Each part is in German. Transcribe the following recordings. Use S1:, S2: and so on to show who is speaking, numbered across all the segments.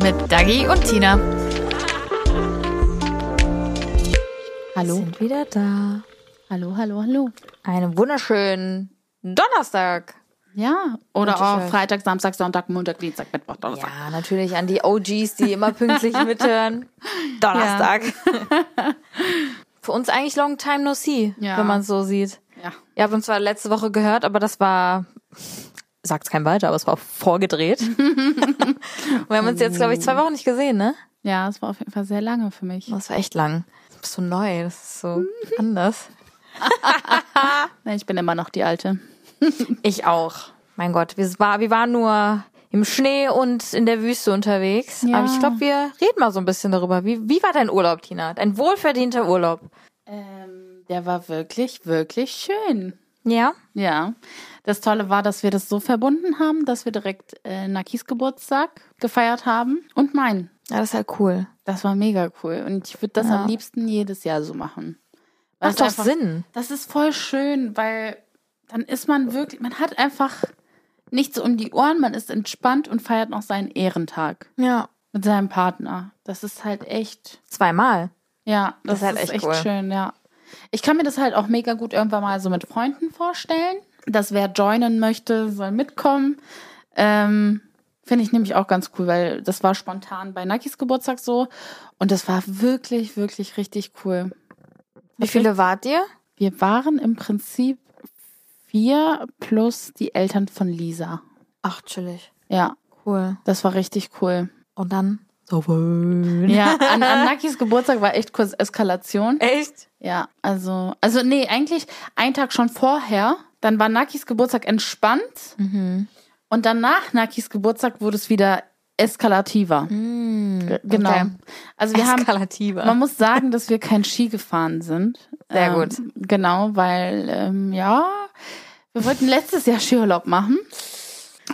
S1: Mit Dagi und Tina.
S2: Hallo,
S1: Sind wieder da.
S2: hallo, hallo, hallo.
S1: Einen wunderschönen Donnerstag.
S2: Ja, oder
S1: Gute
S2: auch
S1: Scheiße.
S2: Freitag, Samstag, Sonntag, Montag, Dienstag, Mittwoch, Donnerstag.
S1: Ja, natürlich an die OGs, die immer pünktlich mithören. Donnerstag. Für uns eigentlich long time no see,
S2: Ja.
S1: wenn man es so sieht.
S2: Ja.
S1: Ihr habt uns zwar letzte Woche gehört, aber das war, sagt's kein weiter, aber es war vorgedreht. Und wir haben uns jetzt, glaube ich, zwei Wochen nicht gesehen, ne?
S2: Ja, es war auf jeden Fall sehr lange für mich.
S1: Das war echt lang. Du bist so neu, das ist so anders.
S2: Nee, Ich bin immer noch die Alte.
S1: Ich auch. Mein Gott, wir, war, wir waren nur im Schnee und in der Wüste unterwegs.
S2: Ja.
S1: Aber ich glaube, wir reden mal so ein bisschen darüber. Wie, wie war dein Urlaub, Tina? Ein wohlverdienter Urlaub.
S2: Ähm, der war wirklich, wirklich schön.
S1: Ja?
S2: Ja. Das Tolle war, dass wir das so verbunden haben, dass wir direkt äh, Nakis Geburtstag gefeiert haben und meinen.
S1: Ja, das ist halt cool.
S2: Das war mega cool. Und ich würde das
S1: Ja.
S2: am liebsten jedes Jahr so machen. Weil es
S1: Macht doch
S2: einfach-
S1: Sinn.
S2: Das ist voll schön, weil dann ist man wirklich, man hat einfach nichts um die Ohren, man ist entspannt und feiert noch seinen Ehrentag
S1: Ja.
S2: mit seinem Partner. Das ist halt echt,
S1: Zweimal.
S2: ja, das,
S1: Das ist halt
S2: ist echt,
S1: echt cool.
S2: schön, ja. Ich kann mir das halt auch mega gut irgendwann mal so mit Freunden vorstellen, dass wer joinen möchte, soll mitkommen. Ähm, Finde ich nämlich auch ganz cool, weil das war spontan bei Nakis Geburtstag so und das war wirklich, wirklich richtig cool.
S1: Wie viele wart ihr?
S2: Wir waren im Prinzip vier plus die Eltern von Lisa.
S1: Ach, chillig.
S2: Ja,
S1: Cool.
S2: das war richtig cool.
S1: Und dann? So schön.
S2: Ja, an, an Nakis Geburtstag war echt kurz Eskalation.
S1: Echt?
S2: Ja, also, also nee, eigentlich einen Tag schon vorher. Dann war Nakis Geburtstag entspannt
S1: Mhm.
S2: und danach Nakis Geburtstag wurde es wieder eskalativer. G- genau.
S1: Mhm. okay.
S2: Also wir
S1: Mm. Wir
S2: haben
S1: Eskalativer.
S2: Man muss sagen, dass wir kein Ski gefahren sind.
S1: Sehr
S2: ähm,
S1: gut.
S2: Genau, weil, ähm, ja, wir wollten letztes Jahr Skiurlaub machen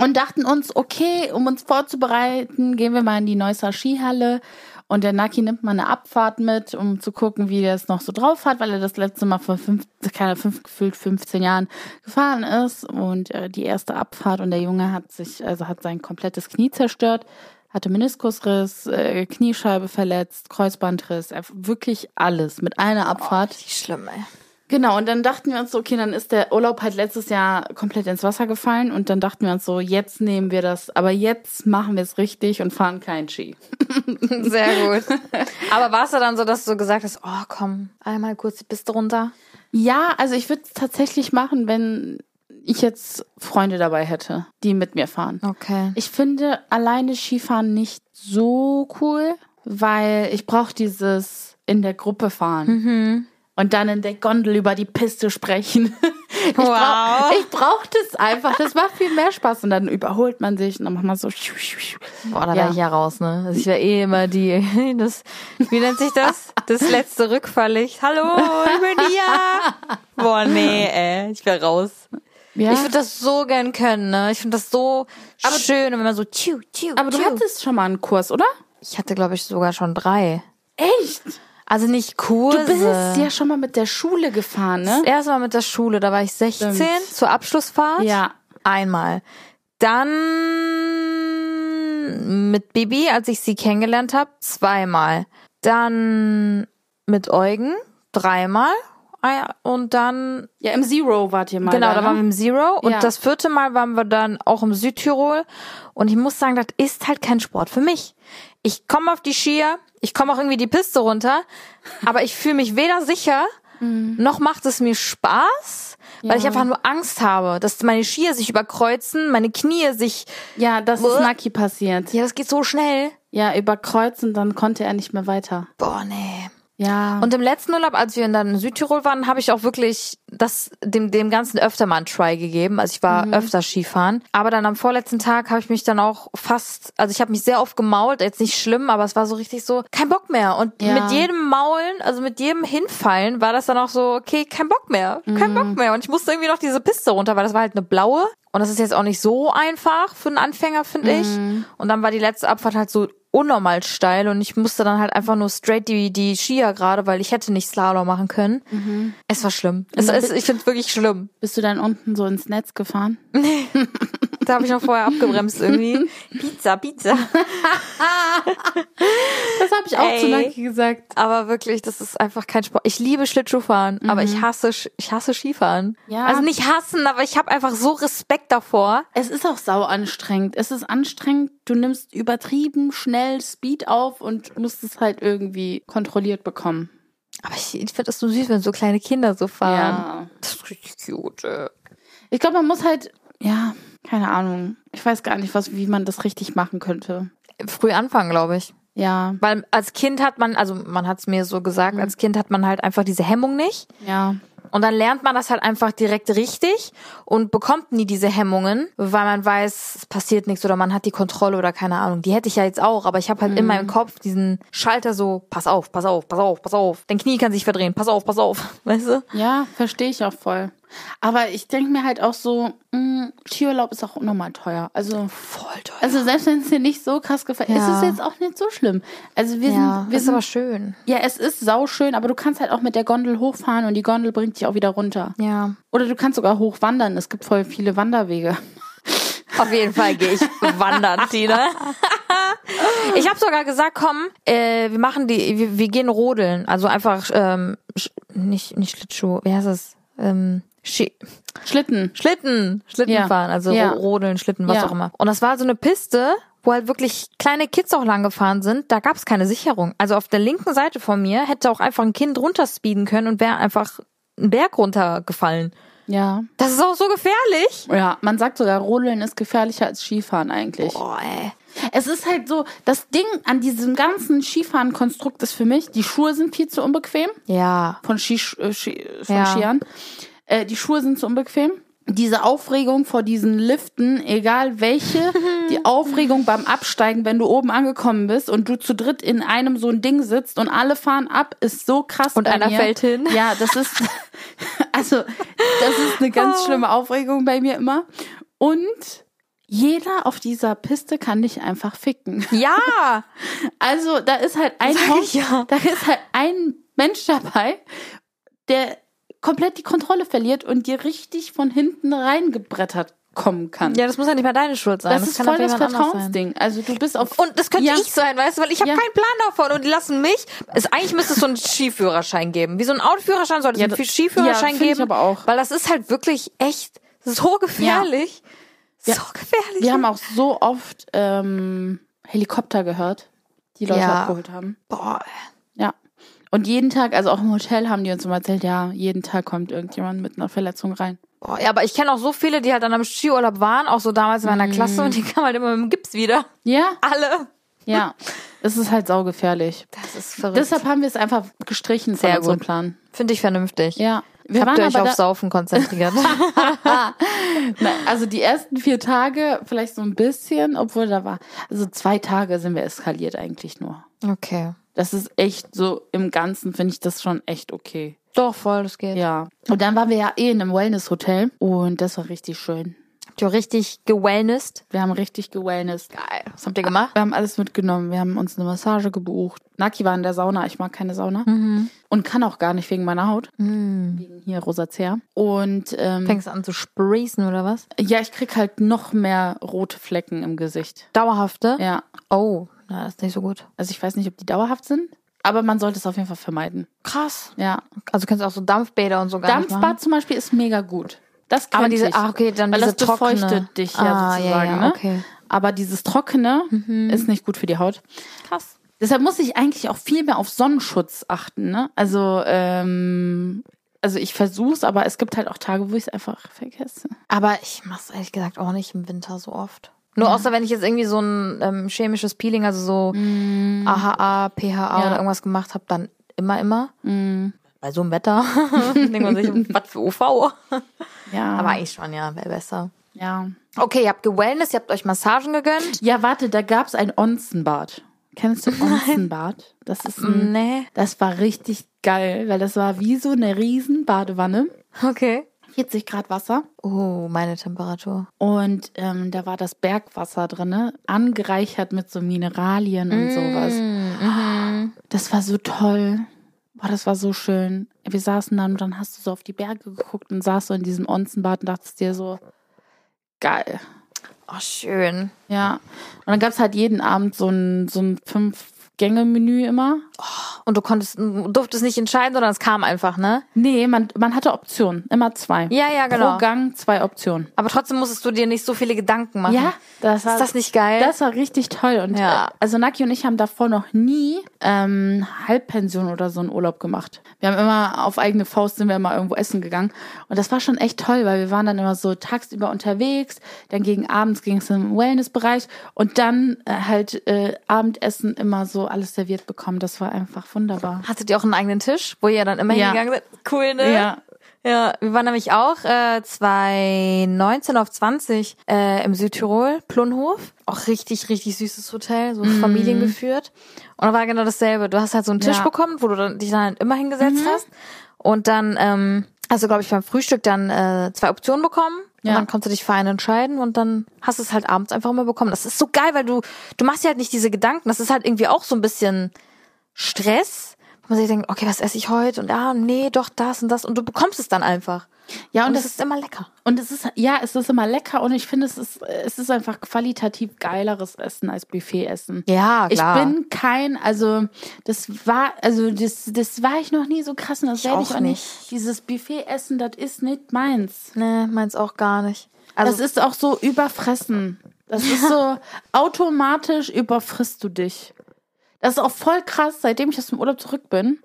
S2: und dachten uns, okay, um uns vorzubereiten, gehen wir mal in die Neusser Skihalle. Und der Naki nimmt mal eine Abfahrt mit, um zu gucken, wie der es noch so drauf hat, weil er das letzte Mal vor fünf, keine fünf, gefühlt 15 Jahren gefahren ist. Und äh, die erste Abfahrt und der Junge hat sich, also hat sein komplettes Knie zerstört, hatte Meniskusriss, äh, Kniescheibe verletzt, Kreuzbandriss, einfach wirklich alles mit einer Abfahrt.
S1: Richtig schlimm, ey.
S2: Genau, und dann dachten wir uns so, okay, dann ist der Urlaub halt letztes Jahr komplett ins Wasser gefallen und dann dachten wir uns so, jetzt nehmen wir das, aber jetzt machen wir es richtig und fahren keinen Ski.
S1: Sehr gut. Aber war es da dann so, dass du gesagt hast, oh komm, einmal kurz die Piste runter?
S2: Ja, also ich würde es tatsächlich machen, wenn ich jetzt Freunde dabei hätte, die mit mir fahren.
S1: Okay.
S2: Ich finde alleine Skifahren nicht so cool, weil ich brauche dieses in der Gruppe fahren
S1: Mhm.
S2: und dann in der Gondel über die Piste sprechen. Ich brauch-
S1: Wow.
S2: ich brauche das einfach. Das macht viel mehr Spaß und dann überholt man sich und dann macht man so.
S1: Boah, da
S2: Ja.
S1: wäre ich ja raus, ne? Also ich wäre eh immer die, das, wie nennt sich das? Das letzte Rückfalllicht. Hallo, ich bin hier. Boah, nee, ey, ich wäre raus.
S2: Ja.
S1: Ich würde das so gern können, ne? Ich finde das so schön, wenn man so tschiu, tschiu,
S2: Aber du
S1: tschiu.
S2: hattest schon mal einen Kurs, oder?
S1: Ich hatte, glaube ich, sogar schon drei.
S2: Echt?
S1: Also nicht Kurse.
S2: Du bist ja schon mal mit der Schule gefahren, ne?
S1: Erstmal mit der Schule, da war ich 16
S2: Stimmt.
S1: zur Abschlussfahrt.
S2: Ja.
S1: Einmal. Dann mit Bibi, als ich sie kennengelernt habe, zweimal. Dann mit Eugen, dreimal. Ah ja, Und dann,
S2: Ja, im Zero wart ihr mal.
S1: genau,
S2: da,
S1: da waren wir
S2: ne?
S1: im Zero. Und
S2: Ja.
S1: das vierte Mal waren wir dann auch im Südtirol. Und ich muss sagen, das ist halt kein Sport für mich. Ich komme auf die Skier, ich komme auch irgendwie die Piste runter, aber ich fühle mich weder sicher, noch macht es mir Spaß, weil ich
S2: Ja.
S1: einfach nur Angst habe, dass meine Skier sich überkreuzen, meine Knie sich
S2: Ja, das ist
S1: Wo?
S2: Naki passiert.
S1: ja, das geht so schnell.
S2: Ja, überkreuzt und dann konnte er nicht mehr weiter.
S1: Boah, nee.
S2: Ja.
S1: Und im letzten Urlaub, als wir in dann Südtirol waren, habe ich auch wirklich das dem dem ganzen öfter mal einen Try gegeben. Also ich war öfter Skifahren, aber dann am vorletzten Tag habe ich mich dann auch fast, also ich habe mich sehr oft gemault, jetzt nicht schlimm, aber es war so richtig so kein Bock mehr und
S2: Ja.
S1: mit jedem Maulen, also mit jedem Hinfallen war das dann auch so okay, kein Bock mehr, kein Bock mehr und ich musste irgendwie noch diese Piste runter, weil das war halt eine blaue und das ist jetzt auch nicht so einfach für einen Anfänger, finde ich. Und dann war die letzte Abfahrt halt so unnormal steil und ich musste dann halt einfach nur straight die, die Skier gerade, weil ich hätte nicht Slalom machen können. Es war schlimm. Es, es, ich finde es wirklich schlimm.
S2: bist du dann unten so ins Netz gefahren?
S1: Da habe ich noch vorher abgebremst irgendwie. Pizza, Pizza.
S2: Das habe ich auch
S1: Ey.
S2: zu Naki gesagt.
S1: Aber wirklich, das ist einfach kein Sport. Ich liebe Schlittschuhfahren, aber ich hasse, Sch- ich hasse Skifahren.
S2: Mhm. Ja.
S1: Also nicht hassen, aber ich habe einfach so Respekt davor.
S2: Es ist auch sau anstrengend. Es ist anstrengend. Du nimmst übertrieben schnell Speed auf und musst es halt irgendwie kontrolliert bekommen.
S1: Aber ich, ich finde das so süß, wenn so kleine Kinder so fahren.
S2: Ja.
S1: Das ist richtig cute. ey.
S2: Ähm, Ich glaube, man muss halt, ja, keine Ahnung. Ich weiß gar nicht, was, wie man das richtig machen könnte.
S1: Früh anfangen, glaube ich.
S2: Ja,
S1: Weil als Kind hat man, also man hat es mir so
S2: Mhm.
S1: gesagt, als Kind hat man halt einfach diese Hemmung nicht.
S2: ja.
S1: Und dann lernt man das halt einfach direkt richtig und bekommt nie diese Hemmungen, weil man weiß, es passiert nichts oder man hat die Kontrolle oder keine Ahnung. Die hätte ich ja jetzt auch, aber ich habe halt in meinem Kopf diesen Schalter so, pass auf, pass auf, pass auf, pass auf. Dein Knie kann sich verdrehen, pass auf, pass auf. Weißt du?
S2: Ja, verstehe ich auch voll. Aber ich denke mir halt auch so, mh, Skiurlaub ist auch nochmal teuer. Also,
S1: Voll toll.
S2: also selbst wenn es dir nicht so krass gefällt, ist
S1: Ja.
S2: es jetzt auch nicht so schlimm. Also wir
S1: Ja,
S2: sind, wir
S1: ist aber
S2: sind
S1: schön.
S2: ja, es ist sauschön, aber du kannst halt auch mit der Gondel hochfahren und die Gondel bringt dich auch wieder runter.
S1: Ja.
S2: Oder du kannst sogar hochwandern. Es gibt voll viele Wanderwege.
S1: Auf jeden Fall gehe ich wandern, Tina. Ich habe sogar gesagt, komm, äh, wir machen die, wir, wir gehen rodeln. Also einfach ähm, sch, nicht nicht Schlittschuh, wie heißt es? Ähm, Schi
S2: Schlitten.
S1: Schlitten, Schlitten
S2: Ja.
S1: fahren, also
S2: Ja.
S1: ro- rodeln, Schlitten, was
S2: Ja.
S1: auch immer. Und das war so eine Piste, wo halt wirklich kleine Kids auch lang gefahren sind. Da gab es keine Sicherung. Also auf der linken Seite von mir hätte auch einfach ein Kind runterspeeden können und wäre einfach einen Berg runtergefallen.
S2: Ja.
S1: Das ist auch so gefährlich.
S2: Ja, man sagt sogar, Rodeln ist gefährlicher als Skifahren eigentlich.
S1: Boah, ey.
S2: Es ist halt so, das Ding an diesem ganzen Skifahren-Konstrukt ist für mich, die Schuhe sind viel zu unbequem.
S1: Ja.
S2: von, Skisch, äh, Ski, von
S1: Ja.
S2: Skiern. Äh, die Schuhe sind zu unbequem. Diese Aufregung vor diesen Liften, egal welche, die Aufregung beim Absteigen, wenn du oben angekommen bist und du zu dritt in einem so ein Ding sitzt und alle fahren ab, ist so krass.
S1: Und
S2: bei
S1: einer
S2: mir.
S1: fällt hin.
S2: Ja, das ist, also, das ist eine ganz
S1: Oh.
S2: schlimme Aufregung bei mir immer. Und jeder auf dieser Piste kann dich einfach ficken.
S1: Ja.
S2: Also da ist halt ein
S1: Sag ich
S2: Honk-
S1: ja.
S2: da ist halt ein Mensch dabei, der komplett die Kontrolle verliert und dir richtig von hinten reingebrettert kommen kann.
S1: Ja, das muss ja nicht mal deine Schuld sein.
S2: das, ist
S1: kann
S2: voll
S1: auch
S2: das
S1: jemand anders sein.
S2: Vertrauensding. Also du bist auf
S1: Und das könnte
S2: Ja.
S1: ich sein, weißt du, weil ich habe
S2: Ja.
S1: keinen Plan davon und die lassen mich. Es, eigentlich müsste es so einen Skiführerschein geben. Wie so einen Autoführerschein sollte
S2: Ja,
S1: es einen
S2: das- ja,
S1: Skiführerschein
S2: find ich
S1: geben.
S2: aber auch.
S1: Weil das ist halt wirklich echt so gefährlich. So gefährlich.
S2: Wir haben auch so oft ähm, Helikopter gehört, die Leute
S1: Ja.
S2: abgeholt haben.
S1: Boah.
S2: Ja. Und jeden Tag, also auch im Hotel haben die uns immer erzählt, ja, jeden Tag kommt irgendjemand mit einer Verletzung rein.
S1: Boah. Ja, aber ich kenne auch so viele, die halt dann am Skiurlaub waren, auch so damals in
S2: Mhm.
S1: meiner Klasse und die kamen halt immer mit dem Gips wieder.
S2: Ja,
S1: Alle.
S2: ja. es ist halt saugefährlich.
S1: Das ist verrückt. Das
S2: Deshalb haben wir es einfach gestrichen von
S1: Sehr
S2: unserem
S1: gut.
S2: Plan.
S1: finde ich vernünftig.
S2: Ja. Wir
S1: Habt ihr euch
S2: aber da,
S1: auf Saufen konzentriert?
S2: Nein, also die ersten vier Tage vielleicht so ein bisschen, obwohl da war. Also zwei Tage sind wir eskaliert eigentlich nur.
S1: okay.
S2: Das ist echt so im Ganzen finde ich das schon echt okay.
S1: Doch, voll, das geht.
S2: Ja. Und dann waren wir ja eh in einem Wellness-Hotel und das war richtig schön.
S1: Habt ihr richtig gewellnessed?
S2: Wir haben richtig gewellnessed.
S1: Geil. Was habt ihr gemacht?
S2: Wir haben alles mitgenommen. Wir haben uns eine Massage gebucht. Naki war in der Sauna. Ich mag keine Sauna.
S1: Mhm.
S2: Und kann auch gar nicht wegen meiner Haut. Wegen hier Rosacea. Und ähm,
S1: Fängst an zu sprießen oder was?
S2: Ja, ich krieg halt noch mehr rote Flecken im Gesicht.
S1: Dauerhafte?
S2: Ja,
S1: Oh, na, das ist nicht so gut.
S2: also ich weiß nicht, ob die dauerhaft sind, aber man sollte es auf jeden Fall vermeiden.
S1: Krass.
S2: Ja,
S1: Also kannst du auch so Dampfbäder und so gar nicht machen.
S2: Dampfbad zum Beispiel ist mega gut. Das könnte
S1: Aber diese,
S2: ich.
S1: ah, okay, dann
S2: weil
S1: diese
S2: das befeuchtet
S1: trockene.
S2: dich ja
S1: ah,
S2: sozusagen.
S1: Ja, ja,
S2: ne?
S1: okay. Mhm.
S2: Aber dieses Trockene ist nicht gut für die Haut.
S1: Krass.
S2: Deshalb muss ich eigentlich auch viel mehr auf Sonnenschutz achten. Ne? Also, ähm, also ich versuch's, aber es gibt halt auch Tage, wo ich es einfach vergesse.
S1: Aber ich mach's ehrlich gesagt auch nicht im Winter so oft. Nur außer wenn ich jetzt irgendwie so ein ähm, chemisches Peeling, also so AHA, PHA
S2: Ja.
S1: oder irgendwas gemacht habe, dann Immer, immer. Bei so einem Wetter denkt man sich, was für UV.
S2: Ja.
S1: Aber eigentlich schon, ja, wäre besser.
S2: ja.
S1: Okay, ihr habt gewellness, ihr habt euch Massagen gegönnt.
S2: Ja, warte, da gab's ein Onsenbad. Kennst du Onsenbad? Das ist ein,
S1: Nee.
S2: das war richtig geil, weil das war wie so eine riesen Badewanne,
S1: Okay.
S2: 40 Grad Wasser
S1: Oh, meine Temperatur.
S2: und ähm, da war das Bergwasser drinne, angereichert mit so Mineralien
S1: Mm.
S2: und sowas.
S1: Mhm.
S2: Das war so toll. Boah, das war so schön. Wir saßen dann und dann hast du so auf die Berge geguckt und saßt so in diesem Onsenbad und dachtest dir so, geil.
S1: Oh, schön.
S2: Ja. Und dann gab's halt jeden Abend so ein, so ein Fünf-Gänge-Menü immer.
S1: Und du konntest, durftest nicht entscheiden, sondern es kam einfach, ne?
S2: Nee, man, man hatte Optionen. Immer zwei.
S1: Ja, ja, genau.
S2: Pro Gang zwei Optionen.
S1: Aber trotzdem musstest du dir nicht so viele Gedanken machen.
S2: das war,
S1: Ist das nicht geil?
S2: Das war richtig toll. Und
S1: Ja.
S2: äh, also Naki und ich haben davor noch nie ähm, Halbpension oder so einen Urlaub gemacht. Wir haben immer auf eigene Faust sind wir immer irgendwo essen gegangen. Und das war schon echt toll, weil wir waren dann immer so tagsüber unterwegs, dann gegen abends ging es im Wellnessbereich und dann äh, halt äh, Abendessen immer so alles serviert bekommen. Das war einfach wunderbar.
S1: Hattet ihr auch einen eigenen Tisch, wo ihr dann immer
S2: Ja.
S1: hingegangen seid? Cool, ne?
S2: Ja.
S1: Ja, wir waren nämlich auch äh, 2019 auf 20 äh, im Südtirol, Plunhof. Auch richtig, richtig süßes Hotel,
S2: Mhm.
S1: so familiengeführt. Und da war genau dasselbe. Du hast halt so einen Tisch
S2: Ja. Mhm.
S1: bekommen, wo du dann, dich dann halt immer hingesetzt hast. Und dann ähm, hast du, glaube ich, beim Frühstück dann äh, zwei Optionen bekommen. Und
S2: Ja.
S1: dann konntest du dich für eine entscheiden und dann hast du es halt abends einfach immer bekommen. Das ist so geil, weil du, du machst dir halt nicht diese Gedanken. Das ist halt irgendwie auch so ein bisschen Stress, wo man sich denkt, okay, was esse ich heute? Und ah, nee, doch das und das. Und du bekommst es dann einfach.
S2: Ja,
S1: Und,
S2: und
S1: das
S2: das
S1: ist immer lecker.
S2: Und es ist, ja, es ist immer lecker und ich finde, es ist, es ist einfach qualitativ geileres Essen als Buffetessen.
S1: Ja, klar.
S2: Ich bin kein, also das war, also das, das war ich noch nie so krass und das werde ich
S1: auch
S2: auch nicht. Dieses Buffetessen, das ist nicht meins.
S1: Nee, meins auch gar nicht.
S2: das ist auch so überfressen. Das ist so, automatisch überfrisst du dich. Das ist auch voll krass, seitdem ich aus dem Urlaub zurück bin,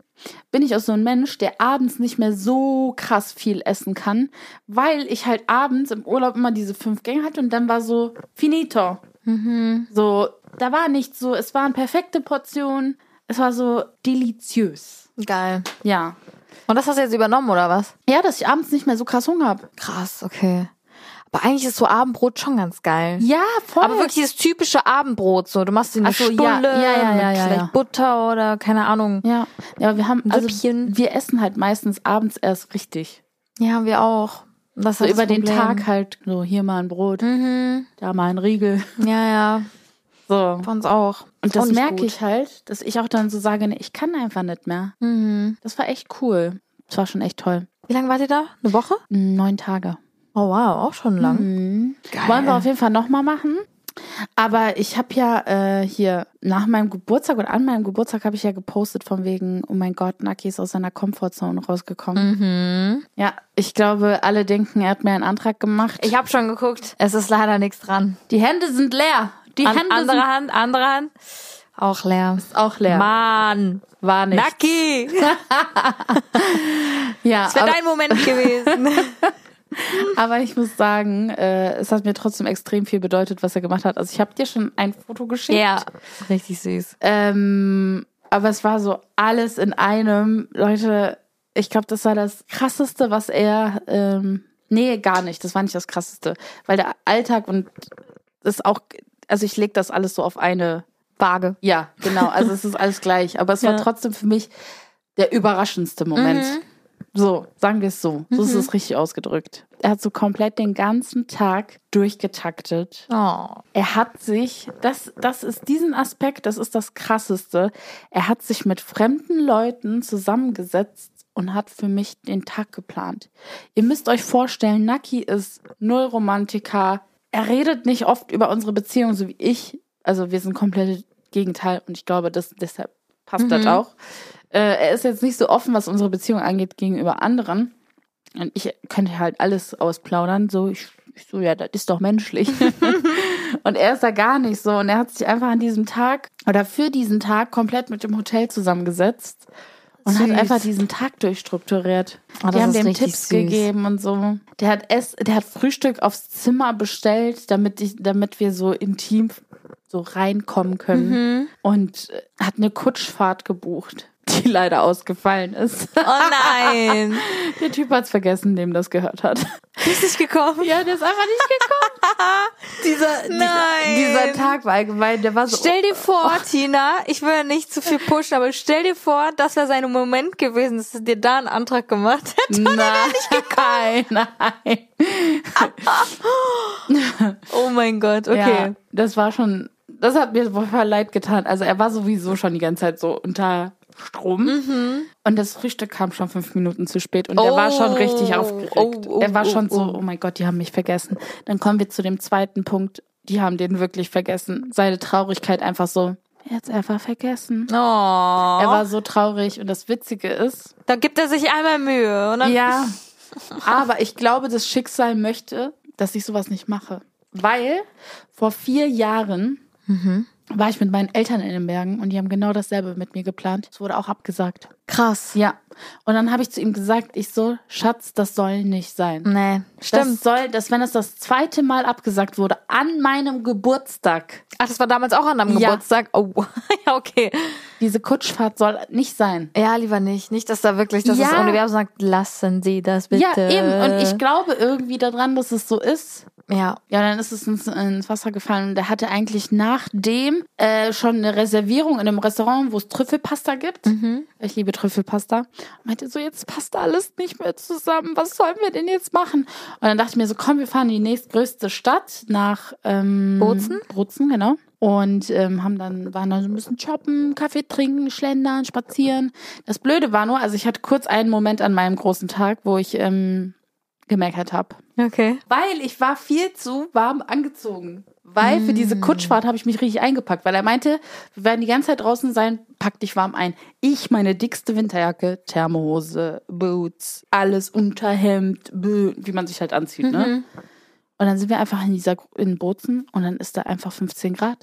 S2: bin ich auch so ein Mensch, der abends nicht mehr so krass viel essen kann, weil ich halt abends im Urlaub immer diese fünf Gänge hatte und dann war so finito. So, da war nichts so, es waren perfekte Portionen, es war so deliziös.
S1: geil.
S2: Ja.
S1: Und das hast du jetzt übernommen, oder was?
S2: Ja, dass ich abends nicht mehr so krass Hunger habe.
S1: Krass, okay. Aber eigentlich ist so Abendbrot schon ganz geil.
S2: Ja, voll.
S1: Aber wirklich dieses typische Abendbrot, so du machst dir eine
S2: Ach so, ja,
S1: Stunde
S2: ja, ja, ja,
S1: mit
S2: ja,
S1: vielleicht
S2: ja.
S1: Butter oder keine Ahnung.
S2: Ja, ja, wir haben also,
S1: Süppchen.
S2: wir essen halt meistens abends erst richtig.
S1: Ja, wir auch. Das ist
S2: So
S1: halt
S2: über
S1: das
S2: den
S1: Problem. Hm. Mhm.
S2: Tag halt so hier mal ein Brot, da mal ein Riegel.
S1: Ja, ja,
S2: So.
S1: bei uns auch.
S2: Und
S1: Ist auch
S2: das
S1: nicht
S2: merke
S1: gut.
S2: ich halt, dass ich auch dann so sage, nee, ich kann einfach nicht mehr.
S1: Hm.
S2: Das war echt cool. Das war schon echt toll.
S1: Mhm. Wie lange wart ihr da? Eine Woche? Mhm.
S2: Mm, Neun Tage.
S1: Oh wow, auch schon lang. Geil.
S2: Wollen wir auf jeden Fall nochmal machen. Aber ich habe ja äh, hier nach meinem Geburtstag und an meinem Geburtstag habe ich ja gepostet von wegen, oh mein Gott, Naki ist aus seiner Komfortzone rausgekommen. Ja, ich glaube, alle denken, er hat mir einen Antrag gemacht.
S1: Mhm. Ich habe schon geguckt. Es ist leider nichts dran.
S2: Die Hände sind leer. Die
S1: An,
S2: Hände
S1: andere
S2: sind
S1: Hand, andere Hand. Auch leer.
S2: auch leer.
S1: Mann,
S2: War nicht.
S1: Nacki. Das
S2: ja,
S1: wäre
S2: aber,
S1: dein Moment gewesen.
S2: aber ich muss sagen, äh, es hat mir trotzdem extrem viel bedeutet, was er gemacht hat. Also ich habe dir schon ein Foto geschickt.
S1: ja, richtig süß.
S2: Ähm, aber es war so alles in einem. Leute, ich glaube, das war das Krasseste, was er. Ähm, nee, gar nicht. Das war nicht das Krasseste. Weil der Alltag und das auch. Also ich leg das alles so auf eine.
S1: Waage.
S2: Ja, genau. Also es ist alles gleich. Aber es war
S1: Ja.
S2: trotzdem für mich der überraschendste Moment. So, sagen wir es so. So ist es richtig ausgedrückt. Er hat so komplett den ganzen Tag durchgetaktet.
S1: Oh.
S2: Er hat sich, das, das ist diesen Aspekt, das ist das Krasseste. Er hat sich mit fremden Leuten zusammengesetzt und hat für mich den Tag geplant. Ihr müsst euch vorstellen, Naki ist null Romantiker. Er redet nicht oft über unsere Beziehung, so wie ich. Also wir sind komplett Gegenteil und ich glaube, das, deshalb passt das auch. Äh, er ist jetzt nicht so offen, was unsere Beziehung angeht, gegenüber anderen. Und ich könnte halt alles ausplaudern. So, ich, ich so, ja, das ist doch menschlich. und er ist da gar nicht so. Und er hat sich einfach an diesem Tag oder für diesen Tag komplett mit dem Hotel zusammengesetzt und
S1: Süß.
S2: hat einfach diesen Tag durchstrukturiert.
S1: Ah, das
S2: Die haben
S1: ist
S2: dem
S1: richtig
S2: Tipps
S1: süß.
S2: gegeben und so. Der hat Ess, der hat Frühstück aufs Zimmer bestellt, damit ich, damit wir so
S1: Mhm.
S2: intim so reinkommen können. Und äh, hat eine Kutschfahrt gebucht. die leider ausgefallen ist.
S1: Oh nein.
S2: Der Typ hat's vergessen, dem das gehört hat.
S1: Bist nicht gekommen?
S2: Ja, der ist einfach nicht gekommen. dieser,
S1: Nein.
S2: dieser, dieser Tag war allgemein, der war so.
S1: Stell dir vor, Tina, ich will ja nicht zu viel pushen, aber stell dir vor, das wäre sein Moment gewesen, dass er dir da einen Antrag gemacht hat.
S2: nein, nein.
S1: Oh mein Gott,
S2: Ja,
S1: okay.
S2: das war schon, das hat mir voll leid getan. Also er war sowieso schon die ganze Zeit so unter Strom. Und das Frühstück kam schon fünf Minuten zu spät und er war schon
S1: Mhm. Oh,
S2: richtig aufgeregt.
S1: oh, oh,
S2: er war
S1: oh,
S2: schon so,
S1: oh.
S2: oh mein Gott, die haben mich vergessen. Dann kommen wir zu dem zweiten Punkt. Die haben den wirklich vergessen. Seine Traurigkeit einfach so. Er hat's einfach vergessen.
S1: Oh.
S2: Er war so traurig und das Witzige ist,
S1: da gibt er sich einmal Mühe. Und dann,
S2: ja, aber ich glaube, das Schicksal möchte, dass ich sowas nicht mache. Weil vor vier Jahren
S1: Mhm.
S2: war ich mit meinen Eltern in den Bergen und die haben genau dasselbe mit mir geplant. Es wurde auch abgesagt.
S1: Krass.
S2: Ja. Und dann habe ich zu ihm gesagt, ich so, Schatz, das soll nicht sein.
S1: Nee,
S2: Das
S1: Mhm. stimmt.
S2: soll, dass wenn es das zweite Mal abgesagt wurde, an meinem Geburtstag,
S1: Ach, das war damals auch an deinem
S2: Ja.
S1: Geburtstag. Oh, ja, okay.
S2: diese Kutschfahrt soll nicht sein.
S1: Ja, lieber nicht. Nicht, dass da wirklich, dass
S2: Ja.
S1: das Universum sagt, lassen Sie das bitte.
S2: Ja, eben. Und ich glaube irgendwie daran, dass es so ist.
S1: Ja.
S2: Ja, dann ist es ins, ins Wasser gefallen und er hatte eigentlich nachdem äh, schon eine Reservierung in einem Restaurant, wo es Trüffelpasta gibt. Ich liebe Trüffelpasta. Und meinte so, jetzt passt alles nicht mehr zusammen. Was sollen wir denn jetzt machen? Und dann dachte ich mir so, komm, wir fahren in die nächstgrößte Stadt nach ähm,
S1: Bozen?
S2: Bozen, genau. Und ähm, haben dann, waren dann so ein bisschen shoppen, Kaffee trinken, schlendern, spazieren. Das Blöde war nur, also ich hatte kurz einen Moment an meinem großen Tag, wo ich ähm, gemeckert habe.
S1: Okay.
S2: Weil ich war viel zu warm angezogen. Weil für diese Kutschfahrt habe ich mich richtig eingepackt, weil er meinte, wir werden die ganze Zeit draußen sein, pack dich warm ein. Ich meine dickste Winterjacke, Thermohose, Boots, alles Unterhemd, bö, wie man sich halt anzieht, ne? Und dann sind wir einfach in dieser in Bozen und dann ist da einfach 15 Grad.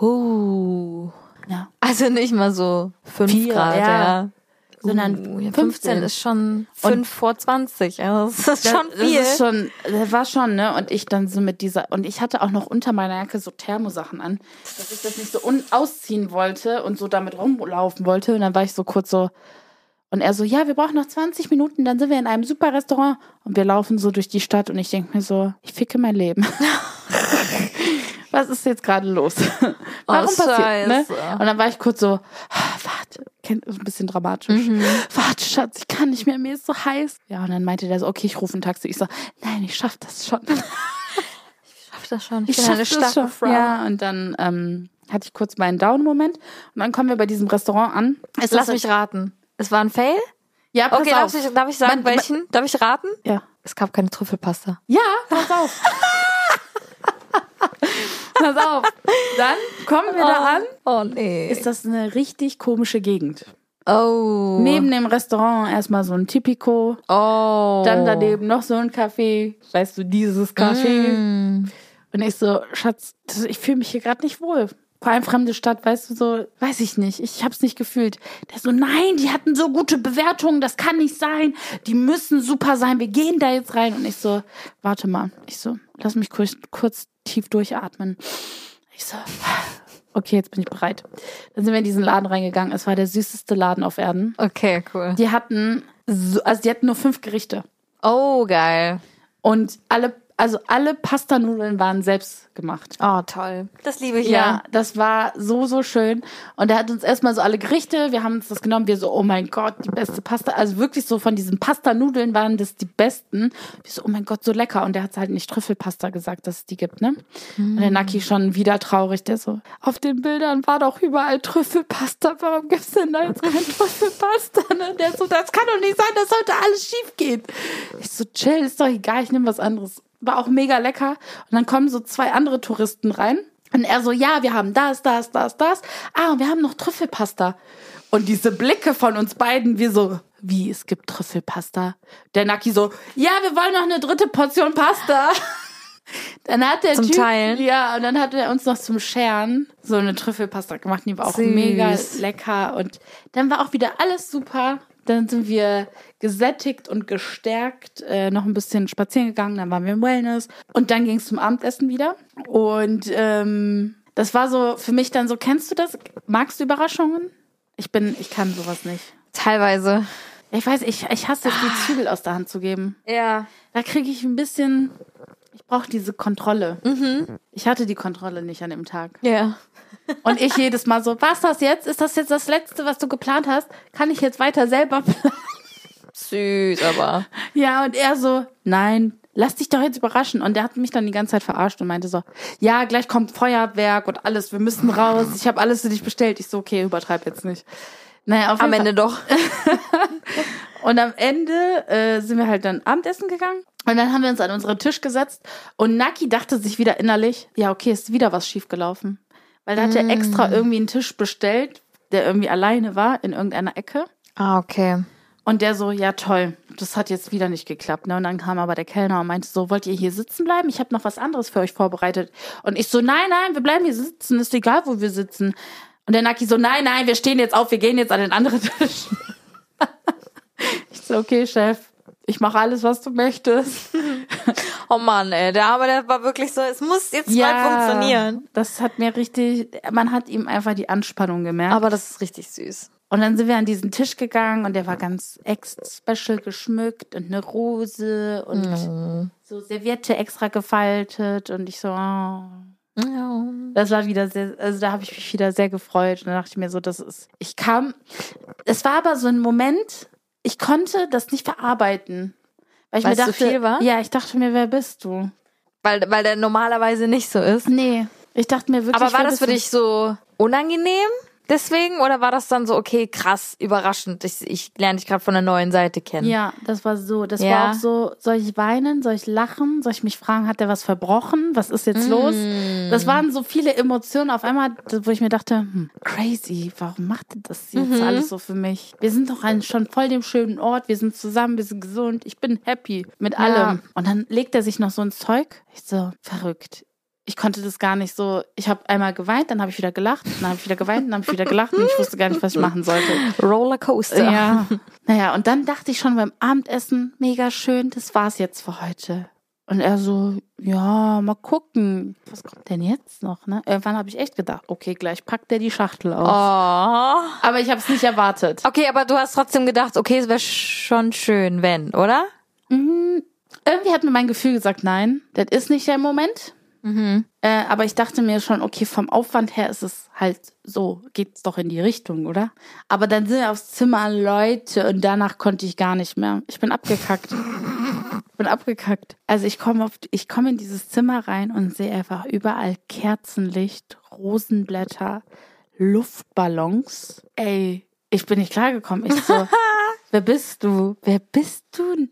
S1: Uh.
S2: Ja.
S1: Also nicht mal so 5
S2: Vier,
S1: Grad,
S2: ja.
S1: ja. Uh,
S2: Sondern
S1: ja,
S2: 15.
S1: 15 ist schon 5 vor 20. Also das ist schon
S2: das,
S1: viel.
S2: Das ist schon, das war schon, ne? Und ich dann so mit dieser, und ich hatte auch noch unter meiner Jacke so Thermosachen an, dass ich das nicht so un ausziehen wollte und so damit rumlaufen wollte. Und dann war ich so kurz so, und er so, ja, wir brauchen noch 20 Minuten, dann sind wir in einem super Restaurant. Und wir laufen so durch die Stadt und ich denke mir so, ich ficke mein Leben. Was ist jetzt gerade los? Warum passiert, ne?
S1: Oh, Scheiße.
S2: Und dann war ich kurz so, "Ah, warte, kennt so ein bisschen dramatisch.
S1: Mhm.
S2: Warte, Schatz, ich kann nicht mehr, mir ist so heiß. Ja, und dann meinte der so, okay, ich rufe ein Taxi. Ich so, nein, ich schaff das schon.
S1: ich schaff das schon. Ich,
S2: Ich
S1: bin
S2: schaff
S1: eine starke
S2: das schon.
S1: Frau.
S2: Ja, und dann ähm, hatte ich kurz meinen Down-Moment. Und dann kommen wir bei diesem Restaurant an. Es
S1: Lass
S2: ist-
S1: mich raten. Es war ein Fail?
S2: Ja, pass
S1: Okay,
S2: auf.
S1: darf ich, darf ich
S2: Man-
S1: sagen,
S2: man-
S1: welchen? Darf ich raten?
S2: Ja.
S1: Es gab keine Trüffelpasta.
S2: Ja, pass auf. pass auf. Dann kommen wir da an.
S1: Oh nee.
S2: Ist das eine richtig komische Gegend?
S1: oh.
S2: Neben dem Restaurant erstmal so ein Tipico,
S1: oh.
S2: dann daneben noch so ein Café, weißt du, dieses Café. Und ich so, Schatz, das, ich fühle mich hier gerade nicht wohl. Vor allem fremde Stadt, weißt du, so, weiß ich nicht. Ich hab's nicht gefühlt. Der so, nein, die hatten so gute Bewertungen, das kann nicht sein. Die müssen super sein, wir gehen da jetzt rein. Und ich so, warte mal. Ich so, lass mich kurz, kurz tief durchatmen. Ich so, okay, jetzt bin ich bereit. Dann sind wir in diesen Laden reingegangen. Es war der süßeste Laden auf Erden.
S1: Okay, cool.
S2: Die hatten, so, also die hatten nur fünf Gerichte.
S1: Oh, geil.
S2: Und alle, also alle Pastanudeln waren selbst gemacht.
S1: Oh, toll. Das liebe ich
S2: Ja, das war so, so schön. Und er hat uns erstmal so alle Gerichte, wir haben uns das genommen, wir so, oh mein Gott, die beste Pasta. Also wirklich so von diesen Pasta-Nudeln waren das die besten. Wir so, oh mein Gott, so lecker. Und er hat halt nicht Trüffelpasta gesagt, dass es die gibt, ne? Und der Naki schon wieder traurig, der so, auf den Bildern war doch überall Trüffelpasta, warum gibt's denn da jetzt keine Trüffelpasta? Ne? Der so, das kann doch nicht sein, dass heute alles schief geht. Ich so, chill, ist doch egal, ich nehme was anderes. War auch mega lecker. Und dann kommen so zwei andere Touristen rein. Und er so, ja, wir haben das, das, das, das. Ah, und wir haben noch Trüffelpasta. Und diese Blicke von uns beiden, wir so, wie, es gibt Trüffelpasta? Der Naki so, ja, wir wollen noch eine dritte Portion Pasta. Dann hat der
S1: Zum
S2: Typ,
S1: Teilen.
S2: ja, und dann hat er uns noch zum Scheren so eine Trüffelpasta gemacht, die war auch
S1: Süß.
S2: mega lecker und dann war auch wieder alles super. Dann sind wir gesättigt und gestärkt, äh, noch ein bisschen spazieren gegangen, dann waren wir im Wellness und dann ging es zum Abendessen wieder. Und ähm, das war so für mich dann so, kennst du das? Magst du Überraschungen? Ich bin, ich kann sowas nicht.
S1: Teilweise.
S2: Ich weiß, ich, ich hasse es, die Zügel aus der Hand zu geben.
S1: Ja.
S2: Da kriege ich ein bisschen, ich brauche diese Kontrolle. Ich hatte die Kontrolle nicht an dem Tag.
S1: Ja.
S2: Und ich jedes Mal so, war's das jetzt? Ist das jetzt das Letzte, was du geplant hast? Kann ich jetzt weiter selber planen?
S1: Süß, aber.
S2: Ja, und er so, nein, lass dich doch jetzt überraschen. Und er hat mich dann die ganze Zeit verarscht und meinte so, ja, gleich kommt Feuerwerk und alles, wir müssen raus. Ich habe alles für dich bestellt. Ich so, okay, übertreib jetzt nicht. Naja, auf
S1: Am
S2: jeden
S1: Ende doch.
S2: Und am Ende äh, sind wir halt dann Abendessen gegangen. Und dann haben wir uns an unseren Tisch gesetzt. Und Naki dachte sich wieder innerlich, ja, okay, ist wieder was schiefgelaufen. Weil da hat er extra irgendwie einen Tisch bestellt, der irgendwie alleine war in irgendeiner Ecke.
S1: Ah, okay.
S2: Und der so, ja toll, das hat jetzt wieder nicht geklappt. Ne? Und dann kam aber der Kellner und meinte so, wollt ihr hier sitzen bleiben? Ich habe noch was anderes für euch vorbereitet. Und ich so, nein, nein, wir bleiben hier sitzen, ist egal, wo wir sitzen. Und der Naki so, nein, nein, wir stehen jetzt auf, wir gehen jetzt an den anderen Tisch. ich so, okay, Chef, ich mache alles, was du möchtest.
S1: Oh Mann, ey. Der aber der war wirklich so, es muss jetzt mal funktionieren.
S2: Das hat mir richtig, man hat ihm einfach die Anspannung gemerkt.
S1: Aber das ist richtig süß.
S2: Und dann sind wir an diesen Tisch gegangen und der war ganz ex-special geschmückt und eine Rose und
S1: Mhm.
S2: so Serviette extra gefaltet und ich so, oh.
S1: Ja.
S2: das war wieder sehr, also da habe ich mich wieder sehr gefreut und dann dachte ich mir so, das ist, ich kam, es war aber so ein Moment, ich konnte das nicht verarbeiten. Weil ich
S1: Weil
S2: mir
S1: es so
S2: dachte,
S1: viel war?
S2: ja, ich dachte mir, wer bist du?
S1: Weil, weil der normalerweise nicht so ist.
S2: Nee, Also ich dachte mir wirklich.
S1: Aber war
S2: wer
S1: das
S2: bist
S1: für
S2: du?
S1: dich so unangenehm deswegen oder war das dann so, okay, krass, überraschend, ich, ich lerne dich gerade von der neuen Seite kennen?
S2: Ja, das war so. Das
S1: Ja.
S2: war auch so, soll ich weinen, soll ich lachen, soll ich mich fragen, hat der was verbrochen? Was ist jetzt los? Das waren so viele Emotionen auf einmal, wo ich mir dachte, hm, crazy, warum macht er das jetzt alles so für mich? Wir sind doch an schon voll dem schönen Ort, wir sind zusammen, wir sind gesund, ich bin happy mit allem. Und dann legt er sich noch so ins Zeug. Ich so, verrückt. Ich konnte das gar nicht so. Ich habe einmal geweint, dann habe ich wieder gelacht, dann habe ich wieder geweint, dann habe ich wieder gelacht und ich wusste gar nicht, was ich machen sollte.
S1: Rollercoaster.
S2: Ja. Naja, und dann dachte ich schon beim Abendessen, mega schön, das war's jetzt für heute. Und er so, ja, mal gucken. Was kommt denn jetzt noch? Ne? Irgendwann habe ich echt gedacht, okay, gleich packt er die Schachtel aus.
S1: Oh.
S2: Aber ich habe es nicht erwartet.
S1: Okay, aber du hast trotzdem gedacht, okay, es wäre schon schön, wenn, oder?
S2: Irgendwie hat mir mein Gefühl gesagt, nein, das ist nicht der Moment. Äh, aber ich dachte mir schon, okay, vom Aufwand her ist es halt so, geht's doch in die Richtung, oder? Aber dann sind wir aufs Zimmer Leute und danach konnte ich gar nicht mehr. Ich bin abgekackt. Ich bin abgekackt. Also ich komme auf, ich komme in dieses Zimmer rein und sehe einfach überall Kerzenlicht, Rosenblätter, Luftballons. Ey, ich bin nicht klargekommen. Ich so, wer bist du? Wer bist du?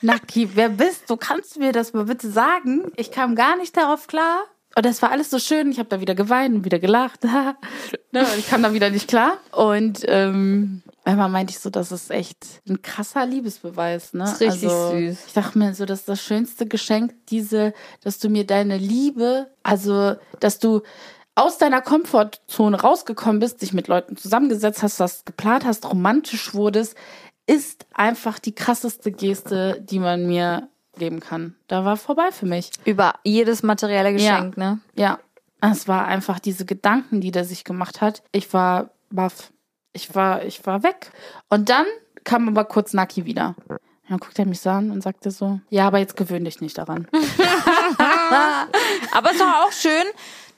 S2: Naki, wer bist du? Kannst du mir das mal bitte sagen? Ich kam gar nicht darauf klar. Und das war alles so schön. Ich habe da wieder geweint und wieder gelacht. ne, und ich kam da wieder nicht klar. Und ähm, einmal meinte ich so, das ist echt ein krasser Liebesbeweis. Ne?
S1: Ist richtig süß.
S2: Ich dachte mir so, das ist das schönste Geschenk, diese, dass du mir deine Liebe, also dass du aus deiner Komfortzone rausgekommen bist, dich mit Leuten zusammengesetzt hast, was geplant hast, romantisch wurdest, ist einfach die krasseste Geste, die man mir geben kann. Da war vorbei für mich.
S1: Über jedes materielle Geschenk, ne?
S2: Ja, es war einfach diese Gedanken, die der sich gemacht hat. Ich war baff. Ich war, ich war weg. Und dann kam aber kurz Naki wieder. Und dann guckt er mich so an und sagte so, ja, aber jetzt gewöhn dich nicht daran.
S1: Aber es ist doch auch schön,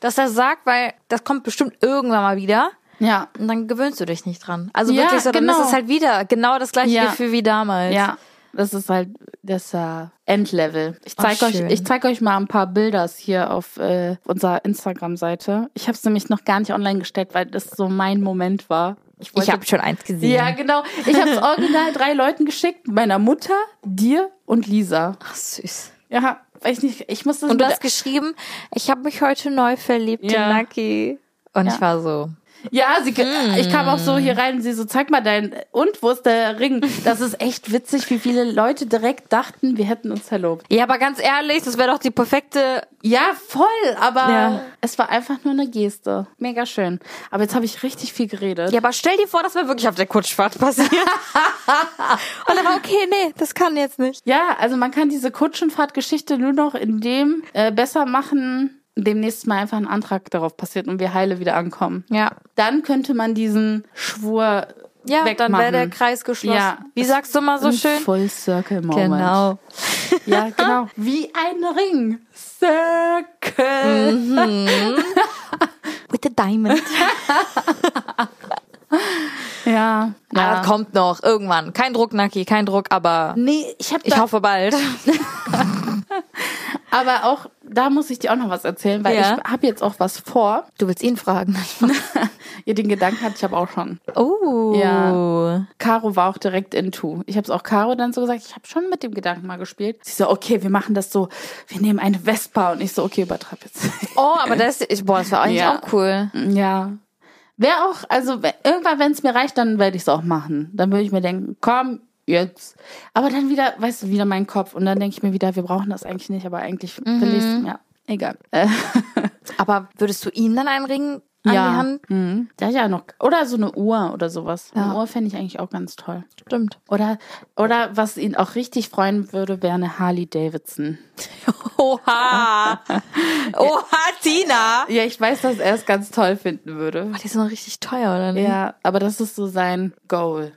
S1: dass er sagt, weil das kommt bestimmt irgendwann mal wieder.
S2: Ja,
S1: Und dann gewöhnst du dich nicht dran. Also
S2: Ja,
S1: wirklich so, dann
S2: genau.
S1: ist es halt wieder genau das gleiche
S2: Ja.
S1: Gefühl wie damals.
S2: ja. Das ist halt das äh, Endlevel. Ich zeige
S1: Ach,
S2: euch,
S1: schön.
S2: ich zeig euch mal ein paar Bilders hier auf äh, unserer Instagram-Seite. Ich habe es nämlich noch gar nicht online gestellt, weil das so mein Moment war.
S1: Ich habe schon eins gesehen.
S2: Ja, genau. Ich habe es original drei Leuten geschickt. Meiner Mutter, dir und Lisa.
S1: Ach, süß.
S2: Ja, weiß nicht, ich muss das
S1: Und du
S2: wieder-
S1: hast geschrieben, ich habe mich heute neu verliebt
S2: Ja.
S1: in Naki. Und
S2: Ja.
S1: ich war so,
S2: Ja, sie, ich kam auch so hier rein und sie so, zeig mal dein, und wo ist der Ring? Das ist echt witzig, wie viele Leute direkt dachten, wir hätten uns verlobt.
S1: ja, aber ganz ehrlich, das wäre doch die perfekte.
S2: Ja, voll, aber
S1: Ja.
S2: es war einfach nur eine Geste. Mega schön. Aber jetzt habe ich richtig viel geredet.
S1: Ja, aber stell dir vor, das wäre wirklich auf der Kutschfahrt passiert. Und dann war okay, nee, das kann jetzt nicht.
S2: Ja, also man kann diese Kutschenfahrtgeschichte nur noch in dem äh, besser machen. demnächst mal einfach ein Antrag darauf passiert und wir heile wieder ankommen.
S1: Ja.
S2: Dann könnte man diesen Schwur
S1: Ja,
S2: wegmachen.
S1: dann wäre der Kreis geschlossen.
S2: Ja.
S1: Wie sagst du mal so
S2: Ein
S1: schön?
S2: Full Circle Moment.
S1: Genau.
S2: Ja, genau. Wie ein Ring. Circle.
S1: With the diamond.
S2: Ja.
S1: Ah,
S2: ja.
S1: kommt noch, irgendwann. Kein Druck, Naki, kein Druck, aber
S2: Nee, ich habe
S1: ich hoffe bald.
S2: aber auch da muss ich dir auch noch was erzählen, weil
S1: Ja.
S2: ich habe jetzt auch was vor.
S1: Du willst ihn fragen.
S2: Ja, den Gedanken hatte ich aber auch schon.
S1: Oh.
S2: Ja. Caro war auch direkt into. Ich habe es auch Caro dann so gesagt, ich habe schon mit dem Gedanken mal gespielt. Sie so, okay, wir machen das so, wir nehmen eine Vespa und ich so, okay, übertreib jetzt.
S1: Oh, aber das, ich, boah, das war eigentlich
S2: Ja.
S1: auch cool.
S2: ja. Wäre auch, also w- irgendwann, wenn es mir reicht, dann werde ich es auch machen. Dann würde ich mir denken, komm, jetzt. Aber dann wieder, weißt du, wieder mein Kopf. Und dann denke ich mir wieder, wir brauchen das eigentlich nicht, aber eigentlich will ich
S1: Mhm.
S2: es. Ja, egal. Äh,
S1: Aber würdest du ihm dann einen Ring an die
S2: ja.
S1: Hand?
S2: Mhm. Ja, ja, noch. Oder so eine Uhr oder sowas.
S1: Ja.
S2: Eine Uhr fände ich eigentlich auch ganz toll.
S1: Stimmt.
S2: Oder, oder was ihn auch richtig freuen würde, wäre eine Harley Davidson.
S1: Oha. Oha, Tina.
S2: Ja, ich weiß, dass er es ganz toll finden würde.
S1: Die sind doch richtig teuer, oder nicht?
S2: Ja, aber das ist so sein Goal,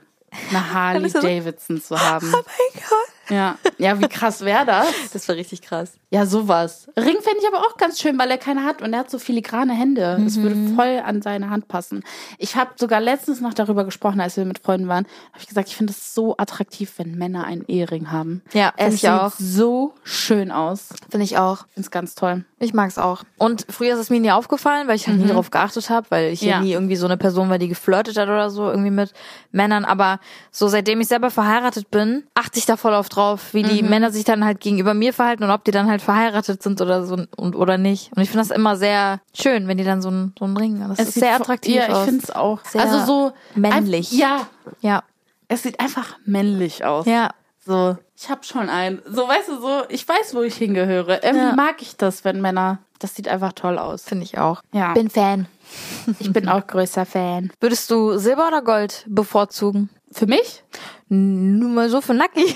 S2: eine Harley
S1: ist er so-
S2: Davidson zu haben.
S1: Oh mein Gott.
S2: Ja, ja wie krass wäre das?
S1: Das war richtig krass.
S2: Ja, sowas. Ring fände ich aber auch ganz schön, weil er keine hat und er hat so filigrane Hände. Es würde voll an seine Hand passen. Ich habe sogar letztens noch darüber gesprochen, als wir mit Freunden waren. Habe ich gesagt, ich finde es so attraktiv, wenn Männer einen Ehering haben.
S1: Ja,
S2: es
S1: find ich
S2: sieht
S1: auch.
S2: so schön aus.
S1: Finde ich auch.
S2: Finde es ganz toll.
S1: Ich mag's auch. Und früher ist es mir nie aufgefallen, weil ich halt nie drauf geachtet habe, weil ich ja.
S2: Mhm. Ja.
S1: nie irgendwie so eine Person war, die geflirtet hat oder so, irgendwie mit Männern. Aber so seitdem ich selber verheiratet bin, achte ich da voll auf drauf, wie
S2: Mhm.
S1: die Männer sich dann halt gegenüber mir verhalten und ob die dann halt verheiratet sind oder so und oder nicht. Und ich finde das immer sehr schön, wenn die dann so einen so einen Ring haben. Das ist
S2: sieht
S1: sehr
S2: vo-
S1: attraktiv
S2: Ja,
S1: aus.
S2: ich finde es auch.
S1: Sehr
S2: also so
S1: männlich.
S2: Ein, ja,
S1: ja.
S2: es sieht einfach männlich aus.
S1: Ja.
S2: So, ich habe schon einen. So, weißt du, so, ich weiß, wo ich hingehöre. Irgendwie
S1: Ja.
S2: mag ich das, wenn Männer. Das sieht einfach toll aus.
S1: Finde ich auch.
S2: Ja.
S1: Bin Fan.
S2: Ich bin auch größer Fan.
S1: Würdest du Silber oder Gold bevorzugen?
S2: Für mich?
S1: Nur mal so für Nacki.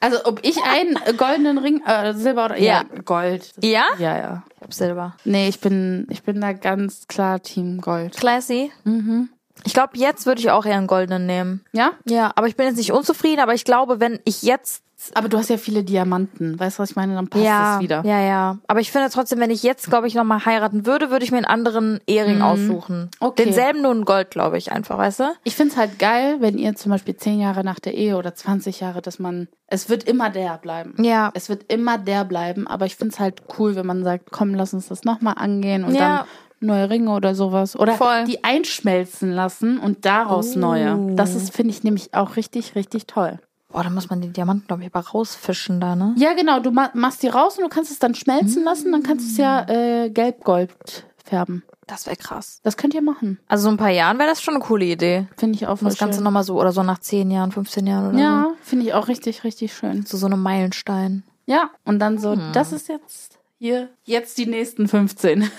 S2: Also, ob ich einen äh, goldenen Ring, äh, Silber oder ja. Gold.
S1: Ja?
S2: Ja, ja.
S1: Ich hab Silber.
S2: Nee, ich bin, ich bin da ganz klar Team Gold.
S1: Classy. Mhm. Ich glaube, jetzt würde ich auch eher einen goldenen nehmen.
S2: Ja?
S1: Ja, aber ich bin jetzt nicht unzufrieden, aber ich glaube, wenn ich jetzt
S2: Aber du hast ja viele Diamanten. Weißt du, was ich meine? Dann passt
S1: ja,
S2: es wieder.
S1: ja, ja. Aber ich finde trotzdem, wenn ich jetzt, glaube ich, nochmal heiraten würde, würde ich mir einen anderen Ehering aussuchen.
S2: Okay.
S1: Denselben nur in Gold, glaube ich, einfach, weißt du?
S2: Ich find's halt geil, wenn ihr zum Beispiel zehn Jahre nach der Ehe oder 20 Jahre, dass man, es wird immer der bleiben.
S1: Ja.
S2: Es wird immer der bleiben, aber ich find's halt cool, wenn man sagt, komm, lass uns das nochmal angehen und
S1: Ja.
S2: dann neue Ringe oder sowas. Oder
S1: Voll. Uh.
S2: die einschmelzen lassen und daraus neue. Das ist, finde ich, nämlich auch richtig, richtig toll.
S1: Boah, da muss man den Diamanten, glaube ich, aber rausfischen da, ne?
S2: Ja, genau, du ma machst die raus und du kannst es dann schmelzen lassen, dann kannst du es ja
S1: Mm.
S2: äh, gelb-gold färben.
S1: Das wäre krass.
S2: Das könnt ihr machen.
S1: Also so in ein paar Jahren wäre das schon eine coole Idee.
S2: Finde ich auch
S1: Und
S2: voll
S1: das Ganze
S2: schön.
S1: nochmal so, oder so nach 10 Jahren, 15 Jahren oder
S2: Ja, finde ich auch richtig, richtig schön.
S1: so. Zu so einem Meilenstein.
S2: Ja, und dann so, das ist jetzt hier, jetzt die nächsten 15.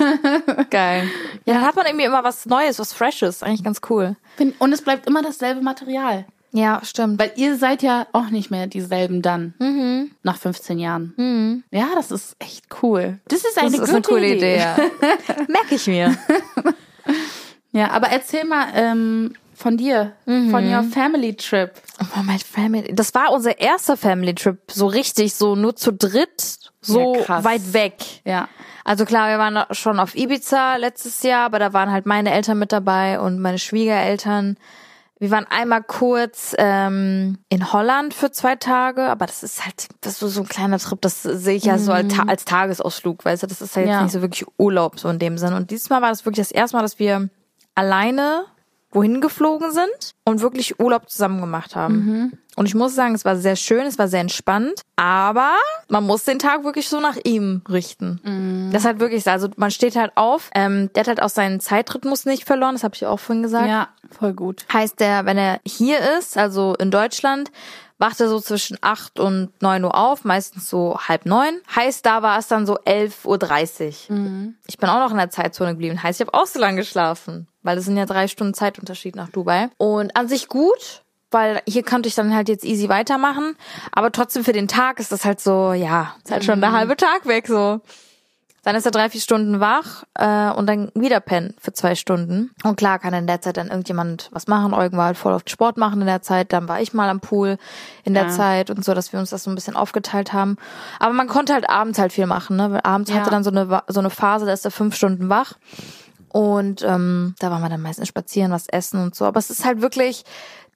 S1: Geil. Ja, dann hat man irgendwie immer was Neues, was Freshes. Eigentlich ganz cool.
S2: Bin- und es bleibt immer dasselbe Material.
S1: Ja, stimmt.
S2: Weil ihr seid ja auch nicht mehr dieselben dann. Nach 15 Jahren. Ja, das ist echt cool. Mhm. Das ist eine,
S1: das ist
S2: gute
S1: eine coole Idee. ja. Merke ich mir.
S2: Ja, aber erzähl mal ähm, von dir, von your family trip.
S1: Oh, mein Family. Das war unser erster Family Trip, so richtig, so nur zu dritt, so
S2: Ja, krass.
S1: weit weg.
S2: Ja.
S1: Also klar, wir waren schon auf Ibiza letztes Jahr, aber da waren halt meine Eltern mit dabei und meine Schwiegereltern. Wir waren einmal kurz ähm, in Holland für zwei Tage, aber das ist halt das ist so- so ein kleiner Trip, das sehe ich ja so als, Ta- als Tagesausflug, weißt du, das ist halt jetzt
S2: Mhm. Ja.
S1: nicht so wirklich Urlaub so in dem Sinn. Und dieses Mal war das wirklich das erste Mal, dass wir alleine wohin geflogen sind und wirklich Urlaub zusammen gemacht haben. Und ich muss sagen, es war sehr schön, es war sehr entspannt, aber man muss den Tag wirklich so nach ihm richten. Das ist halt wirklich so. Also man steht halt auf, ähm, der hat halt auch seinen Zeitrhythmus nicht verloren, das habe ich auch vorhin gesagt.
S2: Ja, voll gut.
S1: Heißt der, wenn er hier ist, also in Deutschland, wacht er so zwischen 8 und 9 Uhr auf, meistens so halb neun. Heißt, da war es dann so 11.30 Uhr. Ich bin auch noch in der Zeitzone geblieben. Heißt, ich habe auch so lange geschlafen, weil es sind ja drei Stunden Zeitunterschied nach Dubai. Und an sich gut, weil hier konnte ich dann halt jetzt easy weitermachen. Aber trotzdem für den Tag ist das halt so, ja, ist halt schon der halbe Tag weg so. Dann ist er drei, vier Stunden wach äh, und dann wieder pennen für zwei Stunden. Und klar kann in der Zeit dann irgendjemand was machen. Eugen war halt voll oft Sport machen in der Zeit. Dann war ich mal am Pool in der
S2: Ja.
S1: Zeit und so, dass wir uns das so ein bisschen aufgeteilt haben. Aber man konnte halt abends halt viel machen. Ne? Weil abends
S2: Ja.
S1: hatte dann so eine, Wa- so eine Phase, da ist er fünf Stunden wach. Und ähm, da waren wir dann meistens spazieren, was essen und so. Aber es ist halt wirklich,